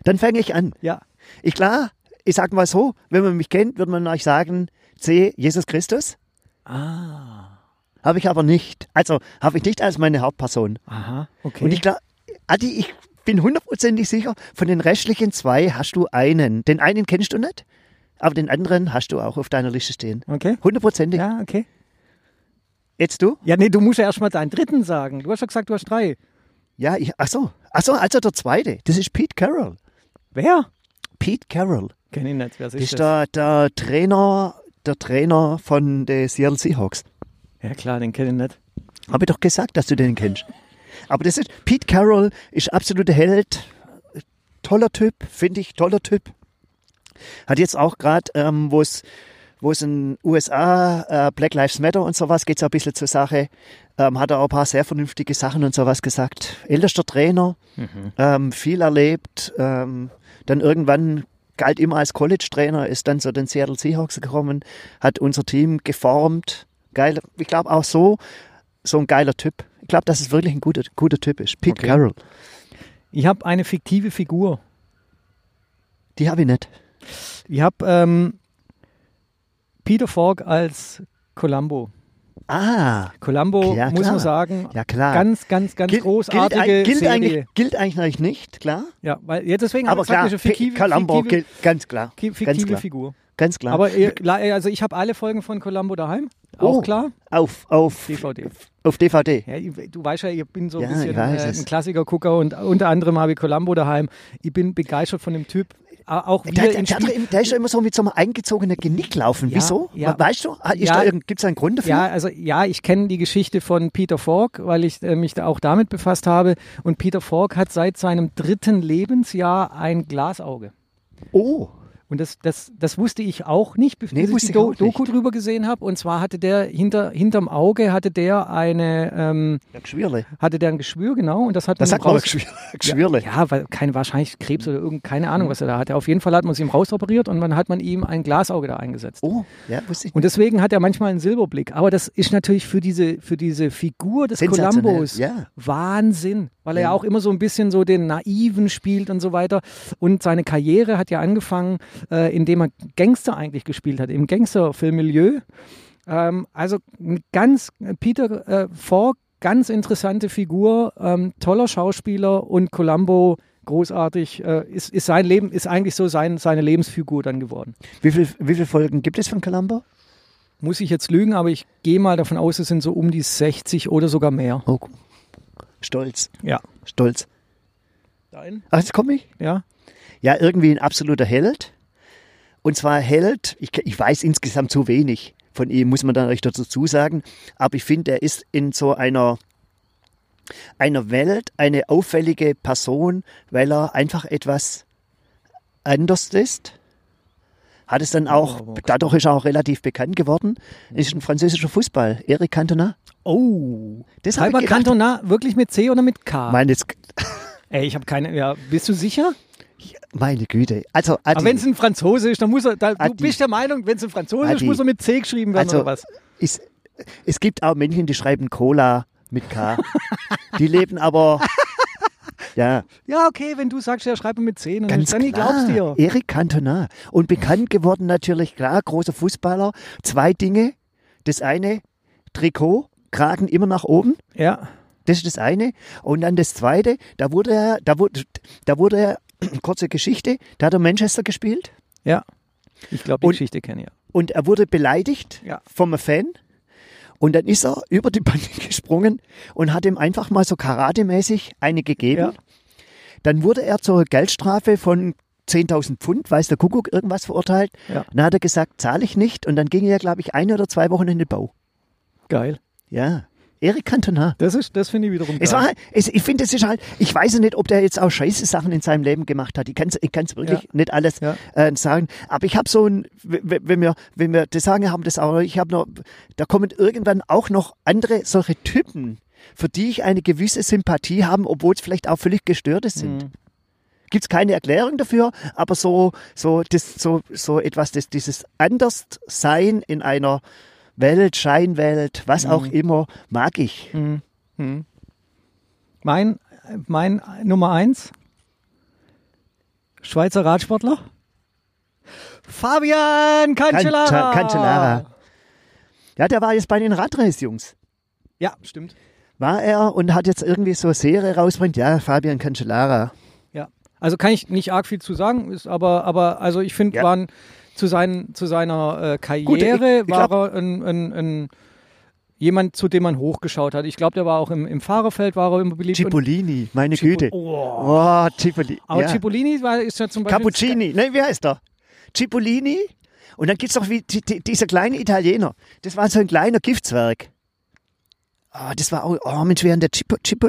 Speaker 2: Dann fange ich an.
Speaker 1: Ja.
Speaker 2: Ich klar, ich sag mal so, wenn man mich kennt, wird man euch sagen, C, Jesus Christus.
Speaker 1: Ah.
Speaker 2: Habe ich aber nicht. Also habe ich nicht als meine Hauptperson.
Speaker 1: Aha. Okay.
Speaker 2: Und ich glaube, Adi, ich bin hundertprozentig sicher, von den restlichen zwei hast du einen. Den einen kennst du nicht, aber den anderen hast du auch auf deiner Liste stehen.
Speaker 1: okay.
Speaker 2: Hundertprozentig.
Speaker 1: Ja, okay.
Speaker 2: Jetzt du?
Speaker 1: Ja, nee, du musst ja erstmal deinen dritten sagen. Du hast ja gesagt, du hast drei.
Speaker 2: Ja, ich, ach so. Ach so, also der zweite. Das ist Pete Carroll.
Speaker 1: Wer?
Speaker 2: Pete Carroll.
Speaker 1: Kenn ich nicht. Wer ist,
Speaker 2: Das ist
Speaker 1: das?
Speaker 2: der, der Trainer, der Trainer von den Seattle Seahawks.
Speaker 1: Ja, klar, den kenn ich nicht.
Speaker 2: Habe ich doch gesagt, dass du den kennst. Aber das ist, Pete Carroll ist absoluter Held. Toller Typ, finde ich, toller Typ. Hat jetzt auch gerade, ähm, wo es wo es in USA, äh, Black Lives Matter und sowas, geht es ein bisschen zur Sache. Ähm, hat er auch ein paar sehr vernünftige Sachen und sowas gesagt. Ältester Trainer, ähm, viel erlebt. Ähm, dann irgendwann galt immer als College-Trainer, ist dann zu den Seattle Seahawks gekommen, hat unser Team geformt. Geil, ich glaube auch so, so ein geiler Typ. Ich glaube, dass es wirklich ein guter, guter Typ ist. Pete
Speaker 1: Okay.
Speaker 2: Carroll.
Speaker 1: Ich habe eine fiktive Figur.
Speaker 2: Die habe ich nicht.
Speaker 1: Ich habe ähm, Peter Falk als Columbo.
Speaker 2: Ah,
Speaker 1: Columbo,
Speaker 2: Ja,
Speaker 1: muss man
Speaker 2: klar.
Speaker 1: sagen,
Speaker 2: ja klar.
Speaker 1: ganz, ganz, ganz
Speaker 2: Gilt-
Speaker 1: großartige
Speaker 2: gilt, ein- gilt,
Speaker 1: Serie.
Speaker 2: eigentlich, gilt eigentlich nicht, klar.
Speaker 1: Ja, weil ja, deswegen hab
Speaker 2: Aber
Speaker 1: ich gesagt,
Speaker 2: klar,
Speaker 1: das ist eine
Speaker 2: Pe- Columbo
Speaker 1: fiktive,
Speaker 2: gilt ganz klar.
Speaker 1: ki-
Speaker 2: ganz
Speaker 1: fiktive
Speaker 2: klar.
Speaker 1: Figur.
Speaker 2: Ganz klar.
Speaker 1: Aber ihr- la- also ich habe alle Folgen von Columbo daheim, auch
Speaker 2: Oh.
Speaker 1: klar,
Speaker 2: auf, auf,
Speaker 1: DVD.
Speaker 2: auf DVD.
Speaker 1: Ja, ich- du weißt ja, ich bin so ein
Speaker 2: Ja,
Speaker 1: bisschen
Speaker 2: ich weiß
Speaker 1: äh,
Speaker 2: es.
Speaker 1: ein Klassikergucker und unter anderem habe ich Columbo daheim. Ich bin begeistert von dem Typ, A- auch
Speaker 2: Da,
Speaker 1: wieder
Speaker 2: da,
Speaker 1: in
Speaker 2: da,
Speaker 1: Spiel.
Speaker 2: da ist ja immer so mit so einem eingezogenen Genick laufen.
Speaker 1: Ja,
Speaker 2: Wieso?
Speaker 1: ja.
Speaker 2: Weißt du? Ist
Speaker 1: Ja.
Speaker 2: da irgend, gibt's da einen Grund dafür?
Speaker 1: Ja, also ja, ich kenne die Geschichte von Peter Falk, weil ich äh, mich da auch damit befasst habe. Und Peter Falk hat seit seinem dritten Lebensjahr ein Glasauge.
Speaker 2: Oh,
Speaker 1: Und das, das, das wusste ich auch nicht, bis
Speaker 2: Nee,
Speaker 1: ich
Speaker 2: wusste
Speaker 1: die
Speaker 2: ich auch
Speaker 1: Do Doku
Speaker 2: nicht.
Speaker 1: drüber gesehen habe. Und zwar hatte der hinter, hinterm Auge hatte der eine ähm,
Speaker 2: Ja, Geschwirle.
Speaker 1: hatte der ein Geschwür genau und das hat
Speaker 2: Das
Speaker 1: man
Speaker 2: sagt man
Speaker 1: raus-
Speaker 2: doch, Geschwirle. Geschwirle.
Speaker 1: Ja, weil kein, wahrscheinlich Krebs oder irgend, keine
Speaker 2: Mhm.
Speaker 1: Ahnung, was er da hatte. Auf jeden Fall hat man es ihm rausoperiert und dann hat man ihm ein Glasauge da eingesetzt.
Speaker 2: Oh, ja, wusste ich.
Speaker 1: Und deswegen hat er manchmal einen Silberblick. Aber das ist natürlich für diese, für diese Figur des
Speaker 2: Sensationell,
Speaker 1: Columbus
Speaker 2: ja.
Speaker 1: Wahnsinn, weil er
Speaker 2: Ja.
Speaker 1: ja auch immer so ein bisschen so den Naiven spielt und so weiter. Und seine Karriere hat ja angefangen, äh, indem er Gangster eigentlich gespielt hat, im Gangsterfilmmilieu. Ähm, also ein ganz Peter äh, Falk, ganz interessante Figur, ähm, toller Schauspieler und Columbo großartig äh, ist, ist sein Leben ist eigentlich so sein, seine Lebensfigur dann geworden.
Speaker 2: Wie viele wie viel Folgen gibt es von Columbo?
Speaker 1: Muss ich jetzt lügen, aber ich gehe mal davon aus, es sind so um die 60 oder sogar mehr.
Speaker 2: Oh, stolz,
Speaker 1: Ja.
Speaker 2: stolz.
Speaker 1: Dein?
Speaker 2: Ach, jetzt komme ich?
Speaker 1: Ja.
Speaker 2: Ja, irgendwie ein absoluter Held. Und zwar Held, ich, ich weiß insgesamt zu wenig von ihm, muss man dann euch dazu sagen. Aber ich finde, er ist in so einer, einer Welt eine auffällige Person, weil er einfach etwas anders ist. Hat es dann auch,
Speaker 1: aber okay.
Speaker 2: dadurch ist er auch relativ bekannt geworden. Ist ein französischer Fußball, Eric Cantona.
Speaker 1: Oh.
Speaker 2: Das habe ich
Speaker 1: Halber
Speaker 2: gedacht.
Speaker 1: Cantona, wirklich mit C oder mit K?
Speaker 2: Meine, jetzt-
Speaker 1: Ey, ich habe keine. Ja, bist du sicher?
Speaker 2: meine Güte. Also,
Speaker 1: Aber wenn es
Speaker 2: Adi,
Speaker 1: ein Franzose ist, dann muss er. Da, du
Speaker 2: Adi.
Speaker 1: bist der Meinung, wenn es ein Franzose ist,
Speaker 2: Adi.
Speaker 1: muss er mit C geschrieben werden
Speaker 2: Also-
Speaker 1: oder was?
Speaker 2: ist, es gibt auch Männchen, die schreiben Cola mit K. die leben aber, ja,
Speaker 1: Ja, okay, wenn du sagst, ja, schreib mir mit C, dann,
Speaker 2: ganz
Speaker 1: dann ich
Speaker 2: klar.
Speaker 1: glaub's dir.
Speaker 2: Eric Cantona. Und bekannt geworden natürlich, klar, großer Fußballer. Zwei Dinge. Das eine, Trikot, Kragen immer nach oben.
Speaker 1: Ja.
Speaker 2: Das ist das eine. Und dann das zweite, da wurde er, da wurde, da wurde er, kurze Geschichte, da hat er Manchester gespielt.
Speaker 1: Ja. Ich glaube, die
Speaker 2: Und-
Speaker 1: Geschichte kenne ich. ja.
Speaker 2: und er wurde beleidigt
Speaker 1: Ja.
Speaker 2: vom Fan. Und dann ist er über die Bande gesprungen und hat ihm einfach mal so karatemäßig eine gegeben.
Speaker 1: Ja.
Speaker 2: Dann wurde er zur Geldstrafe von 10.000 Pfund, weiß der Kuckuck, irgendwas verurteilt.
Speaker 1: Ja.
Speaker 2: Dann hat er gesagt, zahle ich nicht. Und dann ging er, glaube ich, eine oder zwei Wochen in den Bau.
Speaker 1: Geil.
Speaker 2: Ja, Erik Cantona.
Speaker 1: Das ist, das finde ich wiederum.
Speaker 2: Es
Speaker 1: geil.
Speaker 2: war, es, ich finde, es ist halt, ich weiß ja nicht, ob der jetzt auch scheiße Sachen in seinem Leben gemacht hat. Ich kann es ich kann's wirklich
Speaker 1: Ja.
Speaker 2: nicht alles
Speaker 1: Ja.
Speaker 2: äh, sagen. Aber ich habe so ein, w- w- wenn wir, wenn wir das sagen haben, das auch, ich habe noch, da kommen irgendwann auch noch andere solche Typen, für die ich eine gewisse Sympathie haben, obwohl es vielleicht auch völlig Gestörte
Speaker 1: Mhm.
Speaker 2: sind. Gibt es keine Erklärung dafür, aber so, so, das, so, so etwas, das, dieses Anderssein in einer Welt, Scheinwelt, was
Speaker 1: Mhm.
Speaker 2: auch immer, mag ich.
Speaker 1: Mein, mein Nummer eins, Schweizer Radsportler, Fabian Cancellara.
Speaker 2: Canta- Cancellara. Ja, der war jetzt bei den Radrace, Jungs.
Speaker 1: Ja, stimmt.
Speaker 2: War er und hat jetzt irgendwie so eine Serie rausbringt. Ja, Fabian Cancellara.
Speaker 1: Ja. Also kann ich nicht arg viel zu sagen, ist aber, aber also ich finde,
Speaker 2: Ja.
Speaker 1: waren zu, seinen, zu seiner äh, Karriere
Speaker 2: ich- ich
Speaker 1: war er
Speaker 2: glaub-
Speaker 1: ein, ein, ein jemand, zu dem man hochgeschaut hat. Ich glaube, der war auch im, im Fahrerfeld, war er immer beliebt. Und-
Speaker 2: Cipollini, meine Güte.
Speaker 1: Oh.
Speaker 2: Oh, Cipollini.
Speaker 1: Aber
Speaker 2: ja.
Speaker 1: Cipollini war, ist ja zum Beispiel.
Speaker 2: Cappuccini. Nein, wie heißt er? Cipollini. Und dann gibt's noch wie, die, die, dieser kleine Italiener. Das war so ein kleiner Giftzwerg. Oh, das war auch. Oh, Mensch, während der Cipo, Cipo,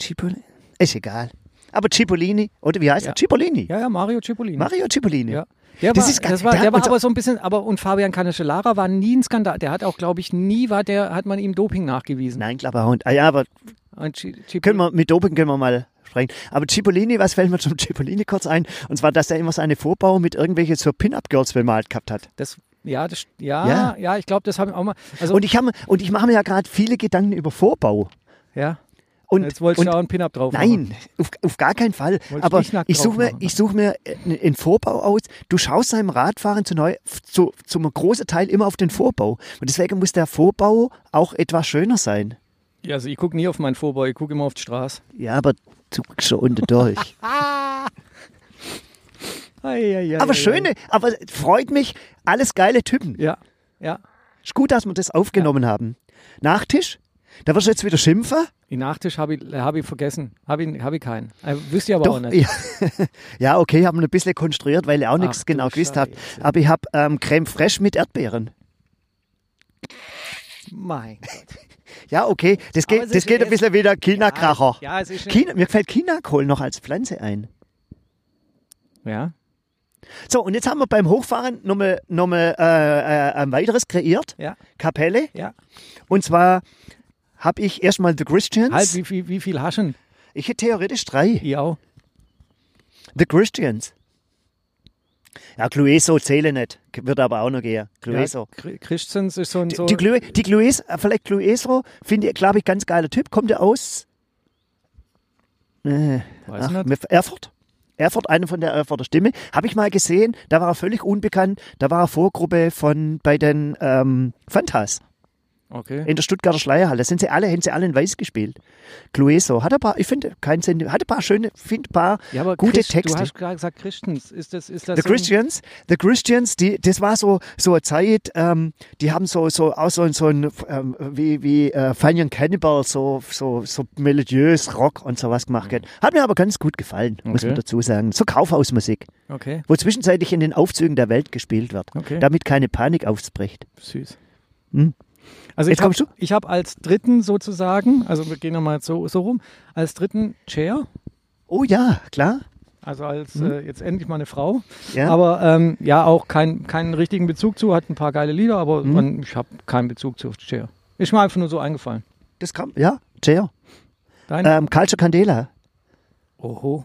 Speaker 2: Cipollini. Ist egal. Aber Cipollini, oder wie heißt
Speaker 1: Ja.
Speaker 2: er? Cipollini.
Speaker 1: Ja, ja, Mario Cipollini.
Speaker 2: Mario Cipollini.
Speaker 1: Ja. Der
Speaker 2: Das
Speaker 1: war,
Speaker 2: ist gar-
Speaker 1: das war,
Speaker 2: da-
Speaker 1: der war
Speaker 2: unser-
Speaker 1: aber so ein bisschen, aber und Fabian Cancellara war nie ein Skandal. Der hat auch, glaube ich, nie war der, hat man ihm Doping nachgewiesen.
Speaker 2: Nein, Klapperhund. Ah ja, aber
Speaker 1: Und Chi- Chi-
Speaker 2: können wir, mit Doping können wir mal sprechen. Aber Cipollini, was fällt mir zum Cipollini kurz ein? Und zwar, dass er immer seine Vorbau mit irgendwelchen so Pin-Up-Girls bemalt gehabt hat.
Speaker 1: das, ja, das, ja,
Speaker 2: Ja.
Speaker 1: ja, ich glaube, das haben auch mal. Also,
Speaker 2: Und ich, hab, und ich mache mir ja gerade viele Gedanken über Vorbau.
Speaker 1: ja,
Speaker 2: Und,
Speaker 1: jetzt wolltest
Speaker 2: und
Speaker 1: du auch einen Pin-Up drauf machen.
Speaker 2: Nein, auf, auf gar keinen Fall.
Speaker 1: Wolltest
Speaker 2: Aber
Speaker 1: dich nackt
Speaker 2: ich suche
Speaker 1: drauf
Speaker 2: mir,
Speaker 1: machen.
Speaker 2: ich such mir äh, einen Vorbau aus. Du schaust beim Radfahren zu, neu, zu, zum großen Teil immer auf den Vorbau. Und deswegen muss der Vorbau auch etwas schöner sein.
Speaker 1: Ja, also ich gucke nie auf meinen Vorbau, ich gucke immer auf die Straße.
Speaker 2: Ja, aber du guckst schon unten durch.
Speaker 1: Ei, ei, ei,
Speaker 2: aber
Speaker 1: ei,
Speaker 2: schöne, aber freut mich. Alles geile Typen.
Speaker 1: ei. Ja, ja.
Speaker 2: Ist gut, dass wir das aufgenommen haben. Nachtisch? Da wirst du jetzt wieder schimpfen?
Speaker 1: Den Nachtisch habe ich, hab ich vergessen. Habe ich, hab ich keinen. Äh, wüsste ich aber auch
Speaker 2: Doch.
Speaker 1: nicht.
Speaker 2: Ja. ja, okay, haben ein bisschen konstruiert, weil ihr auch nichts
Speaker 1: Ach
Speaker 2: genau
Speaker 1: du
Speaker 2: gewusst habt. Aber ich habe ähm, Creme fraiche mit Erdbeeren.
Speaker 1: Mein Gott.
Speaker 2: Ja, okay, das
Speaker 1: Aber es
Speaker 2: geht, das
Speaker 1: ist
Speaker 2: geht ein
Speaker 1: jetzt-
Speaker 2: bisschen wieder China-Kracher.
Speaker 1: Ja, es ist.
Speaker 2: China, mir fällt Chinakohl noch als Pflanze ein.
Speaker 1: Ja.
Speaker 2: So, und jetzt haben wir beim Hochfahren nochmal noch mal, äh, äh, ein weiteres kreiert.
Speaker 1: Ja,
Speaker 2: Kapelle.
Speaker 1: ja.
Speaker 2: Und zwar habe ich erstmal The Christians.
Speaker 1: Halt, wie, wie, wie viel haschen?
Speaker 2: Ich hätte theoretisch drei.
Speaker 1: Ich auch.
Speaker 2: The Christians. Ja, Clueso zähle nicht. Wird aber auch noch gehen. Clueso.
Speaker 1: Ja, Chr- Christians ist so ein. So
Speaker 2: Die, Clue, die Clues, äh, vielleicht Clueso, finde ich, glaube ich, ganz geiler Typ. Kommt er aus? Äh,
Speaker 1: Weiß
Speaker 2: ach,
Speaker 1: nicht.
Speaker 2: mit Erfurt? Erfurt, einer von der Erfurter Stimme. Habe ich mal gesehen, da war er völlig unbekannt. Da war er Vorgruppe von bei den ähm, Fantas
Speaker 1: okay.
Speaker 2: in der Stuttgarter Schleierhalle. Da sind sie alle, haben sie alle in Weiß gespielt. Clueso hat ein paar, ich finde, keinen Sinn, hat ein paar schöne, finde ein paar
Speaker 1: Ja, aber
Speaker 2: gute
Speaker 1: Christ,
Speaker 2: Texte.
Speaker 1: Du hast gerade gesagt Christians. Ist das, ist das
Speaker 2: The
Speaker 1: so ein-
Speaker 2: Christians, The Christians, die, das war so, so eine Zeit, ähm, die haben so, so, auch so, ein- so ein, ähm, wie, wie äh, Fun Young Cannibal, so, so, so melodiös Rock und sowas gemacht. gell. Hat mir aber ganz gut gefallen, muss
Speaker 1: Mhm. Okay.
Speaker 2: man dazu sagen. So Kaufhausmusik,
Speaker 1: Okay,
Speaker 2: wo zwischenzeitlich in den Aufzügen der Welt gespielt wird,
Speaker 1: Okay.
Speaker 2: damit keine Panik ausbricht.
Speaker 1: süß.
Speaker 2: Hm.
Speaker 1: Also
Speaker 2: Jetzt
Speaker 1: ich hab-
Speaker 2: kommst du?
Speaker 1: Ich habe als dritten sozusagen, also wir gehen nochmal so, so rum, als dritten Chair,
Speaker 2: Oh ja, klar.
Speaker 1: also als äh, jetzt endlich mal eine Frau.
Speaker 2: Hm. Ja.
Speaker 1: Aber ähm, ja, auch kein, keinen richtigen Bezug zu, hat ein paar geile Lieder, aber
Speaker 2: Hm.
Speaker 1: man, ich habe keinen Bezug zu Chair. Ist mir einfach nur so eingefallen.
Speaker 2: das kam, ja, Jair.
Speaker 1: Dein?
Speaker 2: Ähm, Culture Candela.
Speaker 1: Oho.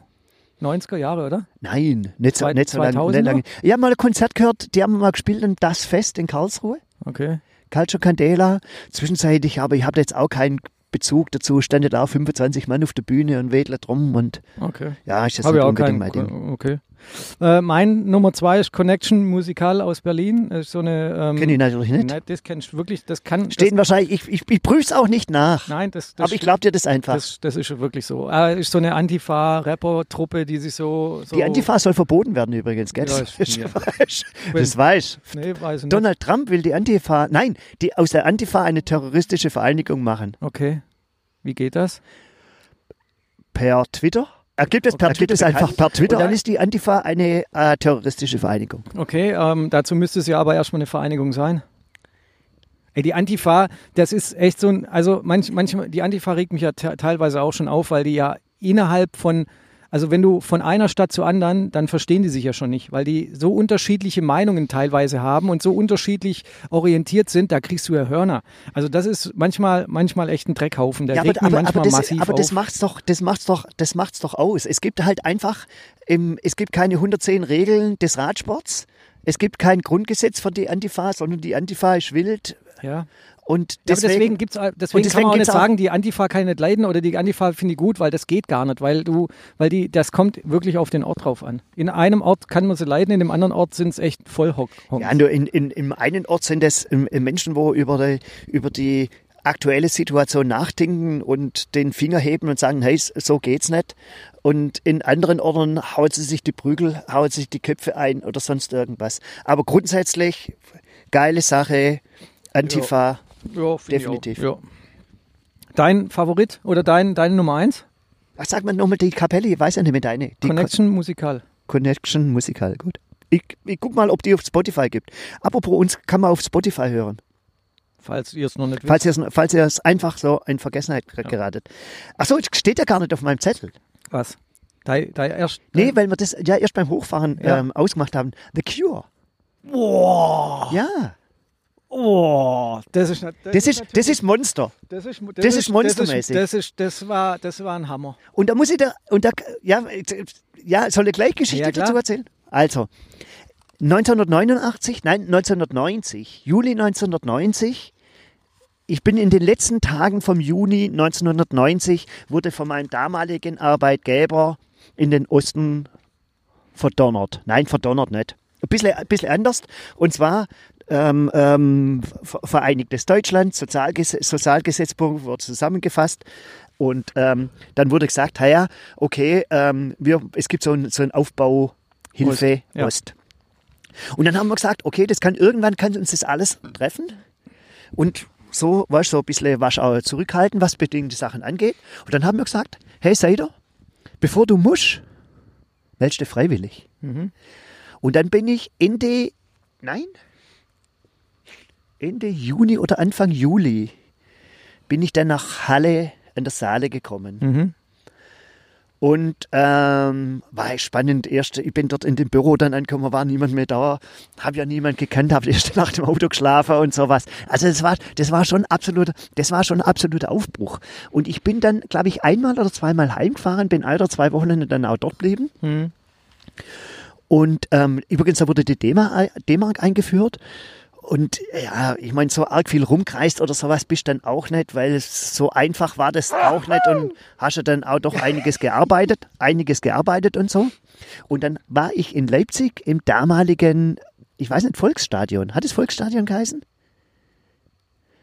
Speaker 1: 90er Jahre, oder?
Speaker 2: Nein, nicht so,
Speaker 1: Zwei-
Speaker 2: nicht so lange. Nicht
Speaker 1: 2000er?
Speaker 2: lange. Ich habe mal ein Konzert gehört, die haben mal gespielt in Das Fest in Karlsruhe.
Speaker 1: Okay.
Speaker 2: Calcio Candela. Zwischenzeitlich, aber ich habe da jetzt auch keinen Bezug dazu. Standen da 25 Mann auf der Bühne und wedelt drum und
Speaker 1: Okay.
Speaker 2: ja, ist jetzt
Speaker 1: Habe ich
Speaker 2: nicht
Speaker 1: auch keinen.
Speaker 2: unbedingt mein Ding.
Speaker 1: Okay. Äh, mein Nummer zwei ist Connection Musical aus Berlin. Das ist so eine. Ähm,
Speaker 2: Kenne ich natürlich nicht.
Speaker 1: Nein, das kennst du wirklich. Das kann.
Speaker 2: Stehen wahrscheinlich, ich, ich, ich prüfe es auch nicht nach.
Speaker 1: das, nein, das, das
Speaker 2: aber ich glaube dir das einfach.
Speaker 1: Das, das ist wirklich so. Äh, ist so eine Antifa-Rapper-Truppe, die sich so. so
Speaker 2: die Antifa soll verboten werden übrigens, gell?
Speaker 1: Ja,
Speaker 2: das
Speaker 1: ist mir-
Speaker 2: weiß Das weiß.
Speaker 1: Nee, weiß ich nicht.
Speaker 2: Donald Trump will die Antifa, nein, die aus der Antifa eine terroristische Vereinigung machen.
Speaker 1: Okay. Wie geht das?
Speaker 2: Per Twitter? Er gibt es
Speaker 1: Er
Speaker 2: per
Speaker 1: gibt
Speaker 2: Twitter,
Speaker 1: es
Speaker 2: ist einfach per Twitter.
Speaker 1: Oder-
Speaker 2: Dann ist die Antifa eine äh, terroristische Vereinigung.
Speaker 1: Okay, ähm, dazu müsste es ja aber erstmal eine Vereinigung sein. Ey, die Antifa, das ist echt so ein, also manch, manchmal, die Antifa regt mich ja te teilweise auch schon auf, weil die ja innerhalb von, also wenn du von einer Stadt zur anderen, dann verstehen die sich ja schon nicht, weil die so unterschiedliche Meinungen teilweise haben und so unterschiedlich orientiert sind, da kriegst du ja Hörner. Also das ist manchmal, manchmal echt ein Dreckhaufen, der
Speaker 2: Ja, aber,
Speaker 1: regt mich
Speaker 2: aber,
Speaker 1: manchmal
Speaker 2: aber, das,
Speaker 1: massiv
Speaker 2: aber
Speaker 1: auf.
Speaker 2: das macht's doch, das macht's doch, das macht's doch aus. Es gibt halt einfach, ähm, es gibt keine 110 Regeln des Radsports. Es gibt kein Grundgesetz für die Antifa, sondern die Antifa ist wild.
Speaker 1: ja.
Speaker 2: Und
Speaker 1: Ja, aber
Speaker 2: deswegen,
Speaker 1: deswegen, gibt's, deswegen, deswegen kann
Speaker 2: deswegen
Speaker 1: man auch nicht
Speaker 2: gibt's auch-
Speaker 1: sagen, die Antifa kann ich nicht leiden oder die Antifa finde ich gut, weil das geht gar nicht, weil du, weil die, das kommt wirklich auf den Ort drauf an. In einem Ort kann man sie leiden, in dem anderen Ort sind es echt voll Hock. Honks.
Speaker 2: ja, nur in, in, im einen Ort sind es ähm, äh, Menschen, wo über die, über die aktuelle Situation nachdenken und den Finger heben und sagen, hey, so geht's nicht. Und in anderen Orten haut sie sich die Prügel, haut sich die Köpfe ein oder sonst irgendwas. Aber grundsätzlich, geile Sache, Antifa.
Speaker 1: Ja, find ich auch.
Speaker 2: definitiv.
Speaker 1: Ja. Dein Favorit oder dein, deine Nummer eins?
Speaker 2: Was sagt man nochmal, die Kapelle, ich weiß ja nicht mehr deine. Die
Speaker 1: Connection Musikal.
Speaker 2: Con- Connection Musical, gut. Ich, ich guck mal, ob die auf Spotify gibt. Apropos uns kann man auf Spotify hören.
Speaker 1: Falls ihr es noch nicht wisst.
Speaker 2: Falls ihr es falls ihr es einfach so in Vergessenheit ger- geratet. Achso, steht ja gar nicht auf meinem Zettel.
Speaker 1: Was? Dein, dein erst,
Speaker 2: Nee, weil wir das ja erst beim Hochfahren
Speaker 1: Ja.
Speaker 2: ähm, ausgemacht haben. The Cure.
Speaker 1: Boah,
Speaker 2: Ja.
Speaker 1: oh, das Oh. ist nicht-
Speaker 2: Das ist, das ist Monster.
Speaker 1: das ist,
Speaker 2: das ist monstermäßig.
Speaker 1: Das ist, das, ist, das war, das war ein Hammer.
Speaker 2: Und da muss ich da, und da, ja, ja soll ich gleich Geschichte
Speaker 1: Ja, klar.
Speaker 2: dazu erzählen? Also, 1989, nein, 1990, Juli 1990, ich bin in den letzten Tagen vom Juni 1990, wurde von meinem damaligen Arbeitgeber in den Osten verdonnert. Nein, verdonnert nicht. Ein bisschen, ein bisschen anders. Und zwar ähm, ähm, Ver- Vereinigtes Deutschland, Sozialges Sozialgesetzbuch wurde zusammengefasst. Und ähm, dann wurde gesagt, "Ha ja, okay, ähm, wir, es gibt so ein, so ein Aufbauhilfe
Speaker 1: Ost, ja.
Speaker 2: Ost. Und dann haben wir gesagt, okay, das kann irgendwann kann uns das alles treffen. Und so, weißt du, so ein bisschen Waschau zurückhalten, was bedingte Sachen angeht. Und dann haben wir gesagt, hey Seider, bevor du musst, meldest du freiwillig. Und dann bin ich Ende, nein, Ende Juni oder Anfang Juli bin ich dann nach Halle an der Saale gekommen. Und ähm, war echt spannend. Erst, ich bin dort in dem Büro dann angekommen, war niemand mehr da, habe ja niemand gekannt, habe erst nach dem Auto geschlafen und sowas. Also das war, das war schon absolut, das war schon ein absoluter Aufbruch. Und ich bin dann, glaube ich, einmal oder zweimal heimgefahren, bin ein oder zwei Wochenende dann auch dort geblieben.
Speaker 1: Hm.
Speaker 2: Und ähm, übrigens, da wurde die D-Mark D-Mark eingeführt. Und ja, ich meine, so arg viel rumkreist oder sowas bist dann auch nicht, weil es so einfach war das auch nicht und hast ja dann auch doch einiges gearbeitet, einiges gearbeitet und so. Und dann war ich in Leipzig im damaligen, ich weiß nicht, Volksstadion. Hat es Volksstadion geheißen?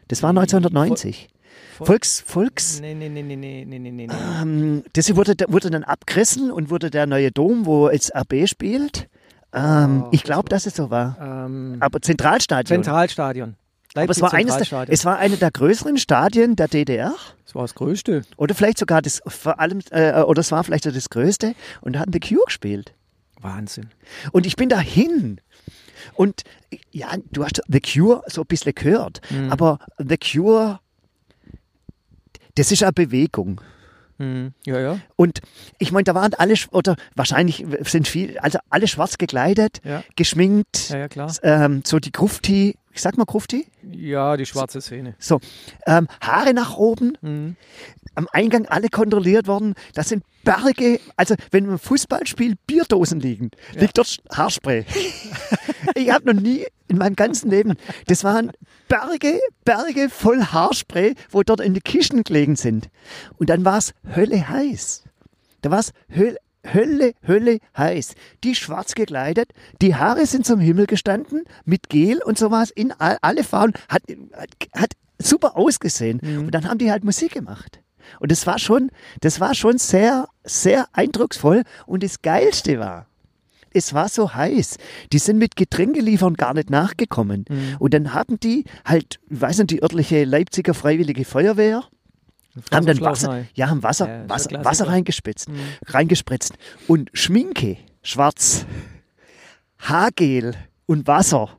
Speaker 2: Das war 1990.
Speaker 1: Vol-
Speaker 2: Volks, Volks,
Speaker 1: Nee, nee, nee, nee, nee, nee, nee, nee.
Speaker 2: ähm, das wurde, wurde dann abgerissen und wurde der neue Dom, wo jetzt RB spielt. Ähm,
Speaker 1: Ah,
Speaker 2: ich glaube, dass es so war.
Speaker 1: Ähm,
Speaker 2: Aber Zentralstadion.
Speaker 1: Zentralstadion.
Speaker 2: Aber es war, eines der,
Speaker 1: Zentralstadion.
Speaker 2: es war eine der größeren Stadien der DDR
Speaker 1: Es war das Größte.
Speaker 2: oder vielleicht sogar das vor allem äh, oder es war vielleicht das größte und da hatten The Cure gespielt
Speaker 1: Wahnsinn.
Speaker 2: und ich bin dahin und ja, du hast The Cure so ein bisschen gehört,
Speaker 1: Hm.
Speaker 2: aber The Cure das ist eine Bewegung.
Speaker 1: Hm. Ja, ja.
Speaker 2: Und ich meine, da waren alle, sch- oder wahrscheinlich sind viel, also alle schwarz gekleidet,
Speaker 1: Ja.
Speaker 2: geschminkt,
Speaker 1: Ja, ja, klar.
Speaker 2: ähm, so die Grufti, ich sag mal Grufti,
Speaker 1: Ja, die schwarze Szene.
Speaker 2: so, ähm, Haare nach oben,
Speaker 1: Hm.
Speaker 2: am Eingang alle kontrolliert worden. Das sind Berge, also wenn man Fußball spielt, Bierdosen liegen. Liegt dort Haarspray. ich habe noch nie in meinem ganzen Leben, das waren Berge, Berge voll Haarspray, wo dort in die Kisten gelegen sind. Und dann war es Hölle heiß. Da war es Hölle, Hölle, Hölle heiß. Die schwarz gekleidet, die Haare sind zum Himmel gestanden, mit Gel und sowas, in all, alle Farben, hat, hat, hat super ausgesehen. Und dann haben die halt Musik gemacht. Und das war schon, das war schon sehr, sehr eindrucksvoll. Und das Geilste war, es war so heiß. Die sind mit Getränkeliefern gar nicht nachgekommen. Und dann haben die halt, ich weiß nicht, die örtliche Leipziger Freiwillige Feuerwehr, haben dann Wasser,
Speaker 1: Schlauchnei.
Speaker 2: ja, haben Wasser,
Speaker 1: Ja, ist ja
Speaker 2: Wasser,
Speaker 1: klar,
Speaker 2: Wasser
Speaker 1: super.
Speaker 2: reingespitzt, reingespritzt. Und Schminke, schwarz, Haargel und Wasser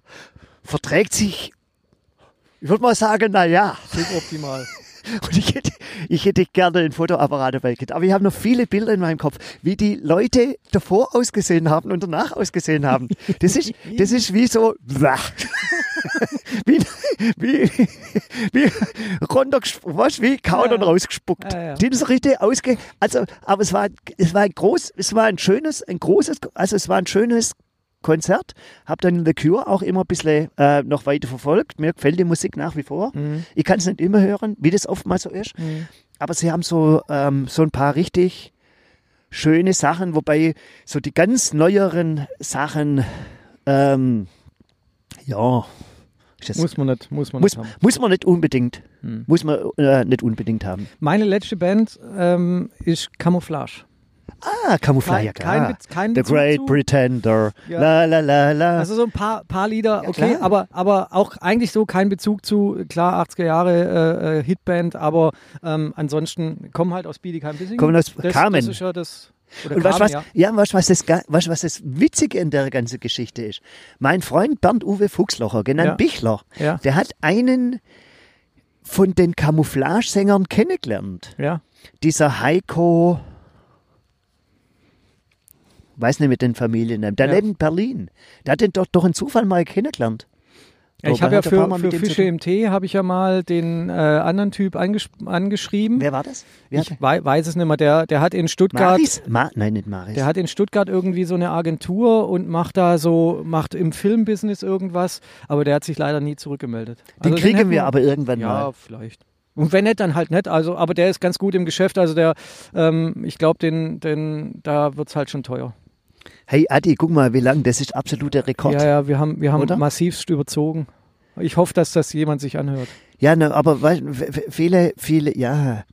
Speaker 2: verträgt sich, ich würde mal sagen, na ja.
Speaker 1: Suboptimal.
Speaker 2: Und ich hätte, ich hätte gerne ein Fotoapparat dabei gehabt. Aber ich habe noch viele Bilder in meinem Kopf, wie die Leute davor ausgesehen haben und danach ausgesehen haben. Das ist, das ist wie so, wie, wie, wie, runter, was, wie kaut und rausgespuckt.
Speaker 1: Ja, ja.
Speaker 2: Die haben so richtig ausge, also, aber es war, es war ein groß, es war ein schönes, ein großes, also es war ein schönes Konzert, habe dann The Cure auch immer ein bisschen äh, noch weiter verfolgt. Mir gefällt die Musik nach wie vor.
Speaker 1: Mhm.
Speaker 2: Ich kann es nicht immer hören, wie das oftmals so ist.
Speaker 1: Hm.
Speaker 2: Aber sie haben so, ähm, so ein paar richtig schöne Sachen, wobei so die ganz neueren Sachen, ähm, ja, ist das,
Speaker 1: Muss
Speaker 2: muss,
Speaker 1: man nicht, muss man
Speaker 2: muss,
Speaker 1: nicht haben. Hm.
Speaker 2: man nicht unbedingt, muss man äh, nicht unbedingt haben.
Speaker 1: Meine letzte Band ähm, ist Camouflage.
Speaker 2: Ah, Camouflage, ja
Speaker 1: Kein- kein
Speaker 2: klar.
Speaker 1: Bez- kein
Speaker 2: The
Speaker 1: Bezug
Speaker 2: Great
Speaker 1: zu-
Speaker 2: Pretender,
Speaker 1: Ja.
Speaker 2: la la la la.
Speaker 1: Also so ein paar, paar Lieder,
Speaker 2: Ja,
Speaker 1: okay,
Speaker 2: klar.
Speaker 1: aber, aber auch eigentlich so kein Bezug zu, klar, 80er Jahre äh, äh, Hitband, aber ähm, ansonsten kommen halt aus Biedigheim Bissingen.
Speaker 2: Kommen aus
Speaker 1: das,
Speaker 2: Carmen.
Speaker 1: Das ist ja das, oder
Speaker 2: Und weißt
Speaker 1: Carmen,
Speaker 2: du was,
Speaker 1: ja.
Speaker 2: ja, weißt du, was, das, ge- weißt du, was das Witzige in der ganzen Geschichte ist? Mein Freund Bernd-Uwe Fuchslocher, genannt
Speaker 1: Ja.
Speaker 2: Bichler,
Speaker 1: Ja.
Speaker 2: der hat einen von den Camouflagesängern kennengelernt.
Speaker 1: Ja,
Speaker 2: Dieser Heiko, weiß nicht mit den Familiennamen, der
Speaker 1: Ja.
Speaker 2: lebt in Berlin. Der hat den dort durch einen Zufall mal kennengelernt.
Speaker 1: Ja, ich
Speaker 2: Wobei
Speaker 1: habe ja
Speaker 2: hat er ein paar
Speaker 1: für,
Speaker 2: Mal
Speaker 1: für
Speaker 2: mit dem zu
Speaker 1: Fische
Speaker 2: tun.
Speaker 1: im Tee habe ich ja mal den äh, anderen Typ angesch angeschrieben.
Speaker 2: Wer war das? Wer
Speaker 1: ich
Speaker 2: hat-
Speaker 1: wei weiß es nicht mehr. Der, der hat in Stuttgart,
Speaker 2: Maris? Ma Nein, nicht Maris.
Speaker 1: der hat in Stuttgart irgendwie so eine Agentur und macht da so, macht im Filmbusiness irgendwas, aber der hat sich leider nie zurückgemeldet.
Speaker 2: den
Speaker 1: Also
Speaker 2: kriegen
Speaker 1: hätten
Speaker 2: wir aber irgendwann
Speaker 1: Ja,
Speaker 2: mal.
Speaker 1: vielleicht. Und wenn nicht, dann halt nicht. Also, aber der ist ganz gut im Geschäft. Also der, ähm, ich glaube, den, den, da wird es halt schon teuer.
Speaker 2: Hey Adi, guck mal, wie lang, das ist absoluter Rekord.
Speaker 1: Ja, ja, wir haben, wir haben
Speaker 2: Oder?
Speaker 1: massivst überzogen. Ich hoffe, dass das jemand sich anhört.
Speaker 2: Ja, ne, aber weißt du, f- f- viele, viele, ja.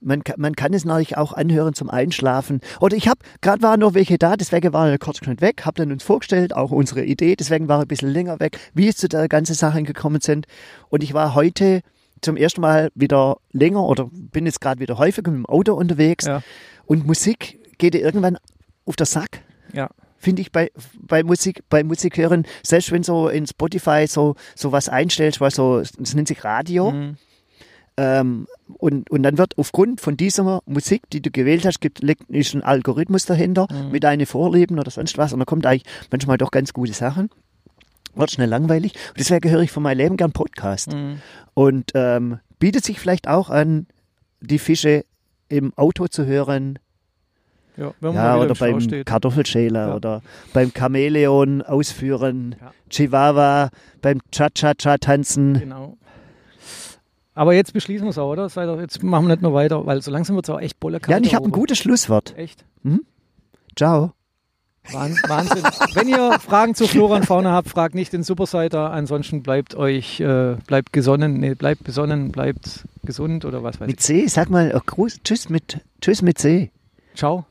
Speaker 2: Man, ka- man kann es natürlich auch anhören zum Einschlafen. Oder ich habe, gerade waren noch welche da, deswegen war er kurz knapp weg, habe dann uns vorgestellt, auch unsere Idee, deswegen war er ein bisschen länger weg, wie es zu der ganzen Sache gekommen sind. Und ich war heute zum ersten Mal wieder länger oder bin jetzt gerade wieder häufig mit dem Auto unterwegs.
Speaker 1: Ja.
Speaker 2: Und Musik geht dir irgendwann auf den Sack
Speaker 1: Ja.
Speaker 2: finde ich bei, bei Musik, bei Musik hören, selbst wenn so in Spotify so, so was einstellst, weil so, es nennt sich Radio, Ähm, und, und dann wird aufgrund von dieser Musik, die du gewählt hast, gibt, liegt- ist ein Algorithmus dahinter mit deinen Vorlieben oder sonst was. Und da kommt eigentlich manchmal doch ganz gute Sachen. Wird schnell langweilig. Und deswegen höre ich von meinem Leben gern
Speaker 1: Mhm.
Speaker 2: Podcast. Und ähm, bietet sich vielleicht auch an, die Fische im Auto zu hören.
Speaker 1: Ja, wenn man
Speaker 2: Ja,
Speaker 1: mal wieder
Speaker 2: oder
Speaker 1: im Stau
Speaker 2: beim
Speaker 1: steht.
Speaker 2: Kartoffelschäler
Speaker 1: Ja.
Speaker 2: oder beim Chamäleon ausführen,
Speaker 1: Ja.
Speaker 2: Chihuahua, beim Cha-Cha-Cha tanzen.
Speaker 1: Genau. Aber jetzt beschließen wir es auch, oder? Sei doch, jetzt machen wir nicht mehr weiter, weil so langsam wird es auch echt bolle
Speaker 2: Ja, und ich habe ein gutes Schlusswort.
Speaker 1: Echt?
Speaker 2: Ciao.
Speaker 1: Wahn- Wahnsinn. Wenn ihr Fragen zu Flora und Fauna habt, fragt nicht den Superseiter. Ansonsten bleibt euch, äh, bleibt gesonnen, nee, bleibt besonnen, bleibt gesund oder was weiß
Speaker 2: Mit C, sag mal, äh, Gruß, tschüss mit, tschüss mit C.
Speaker 1: ich. Ciao.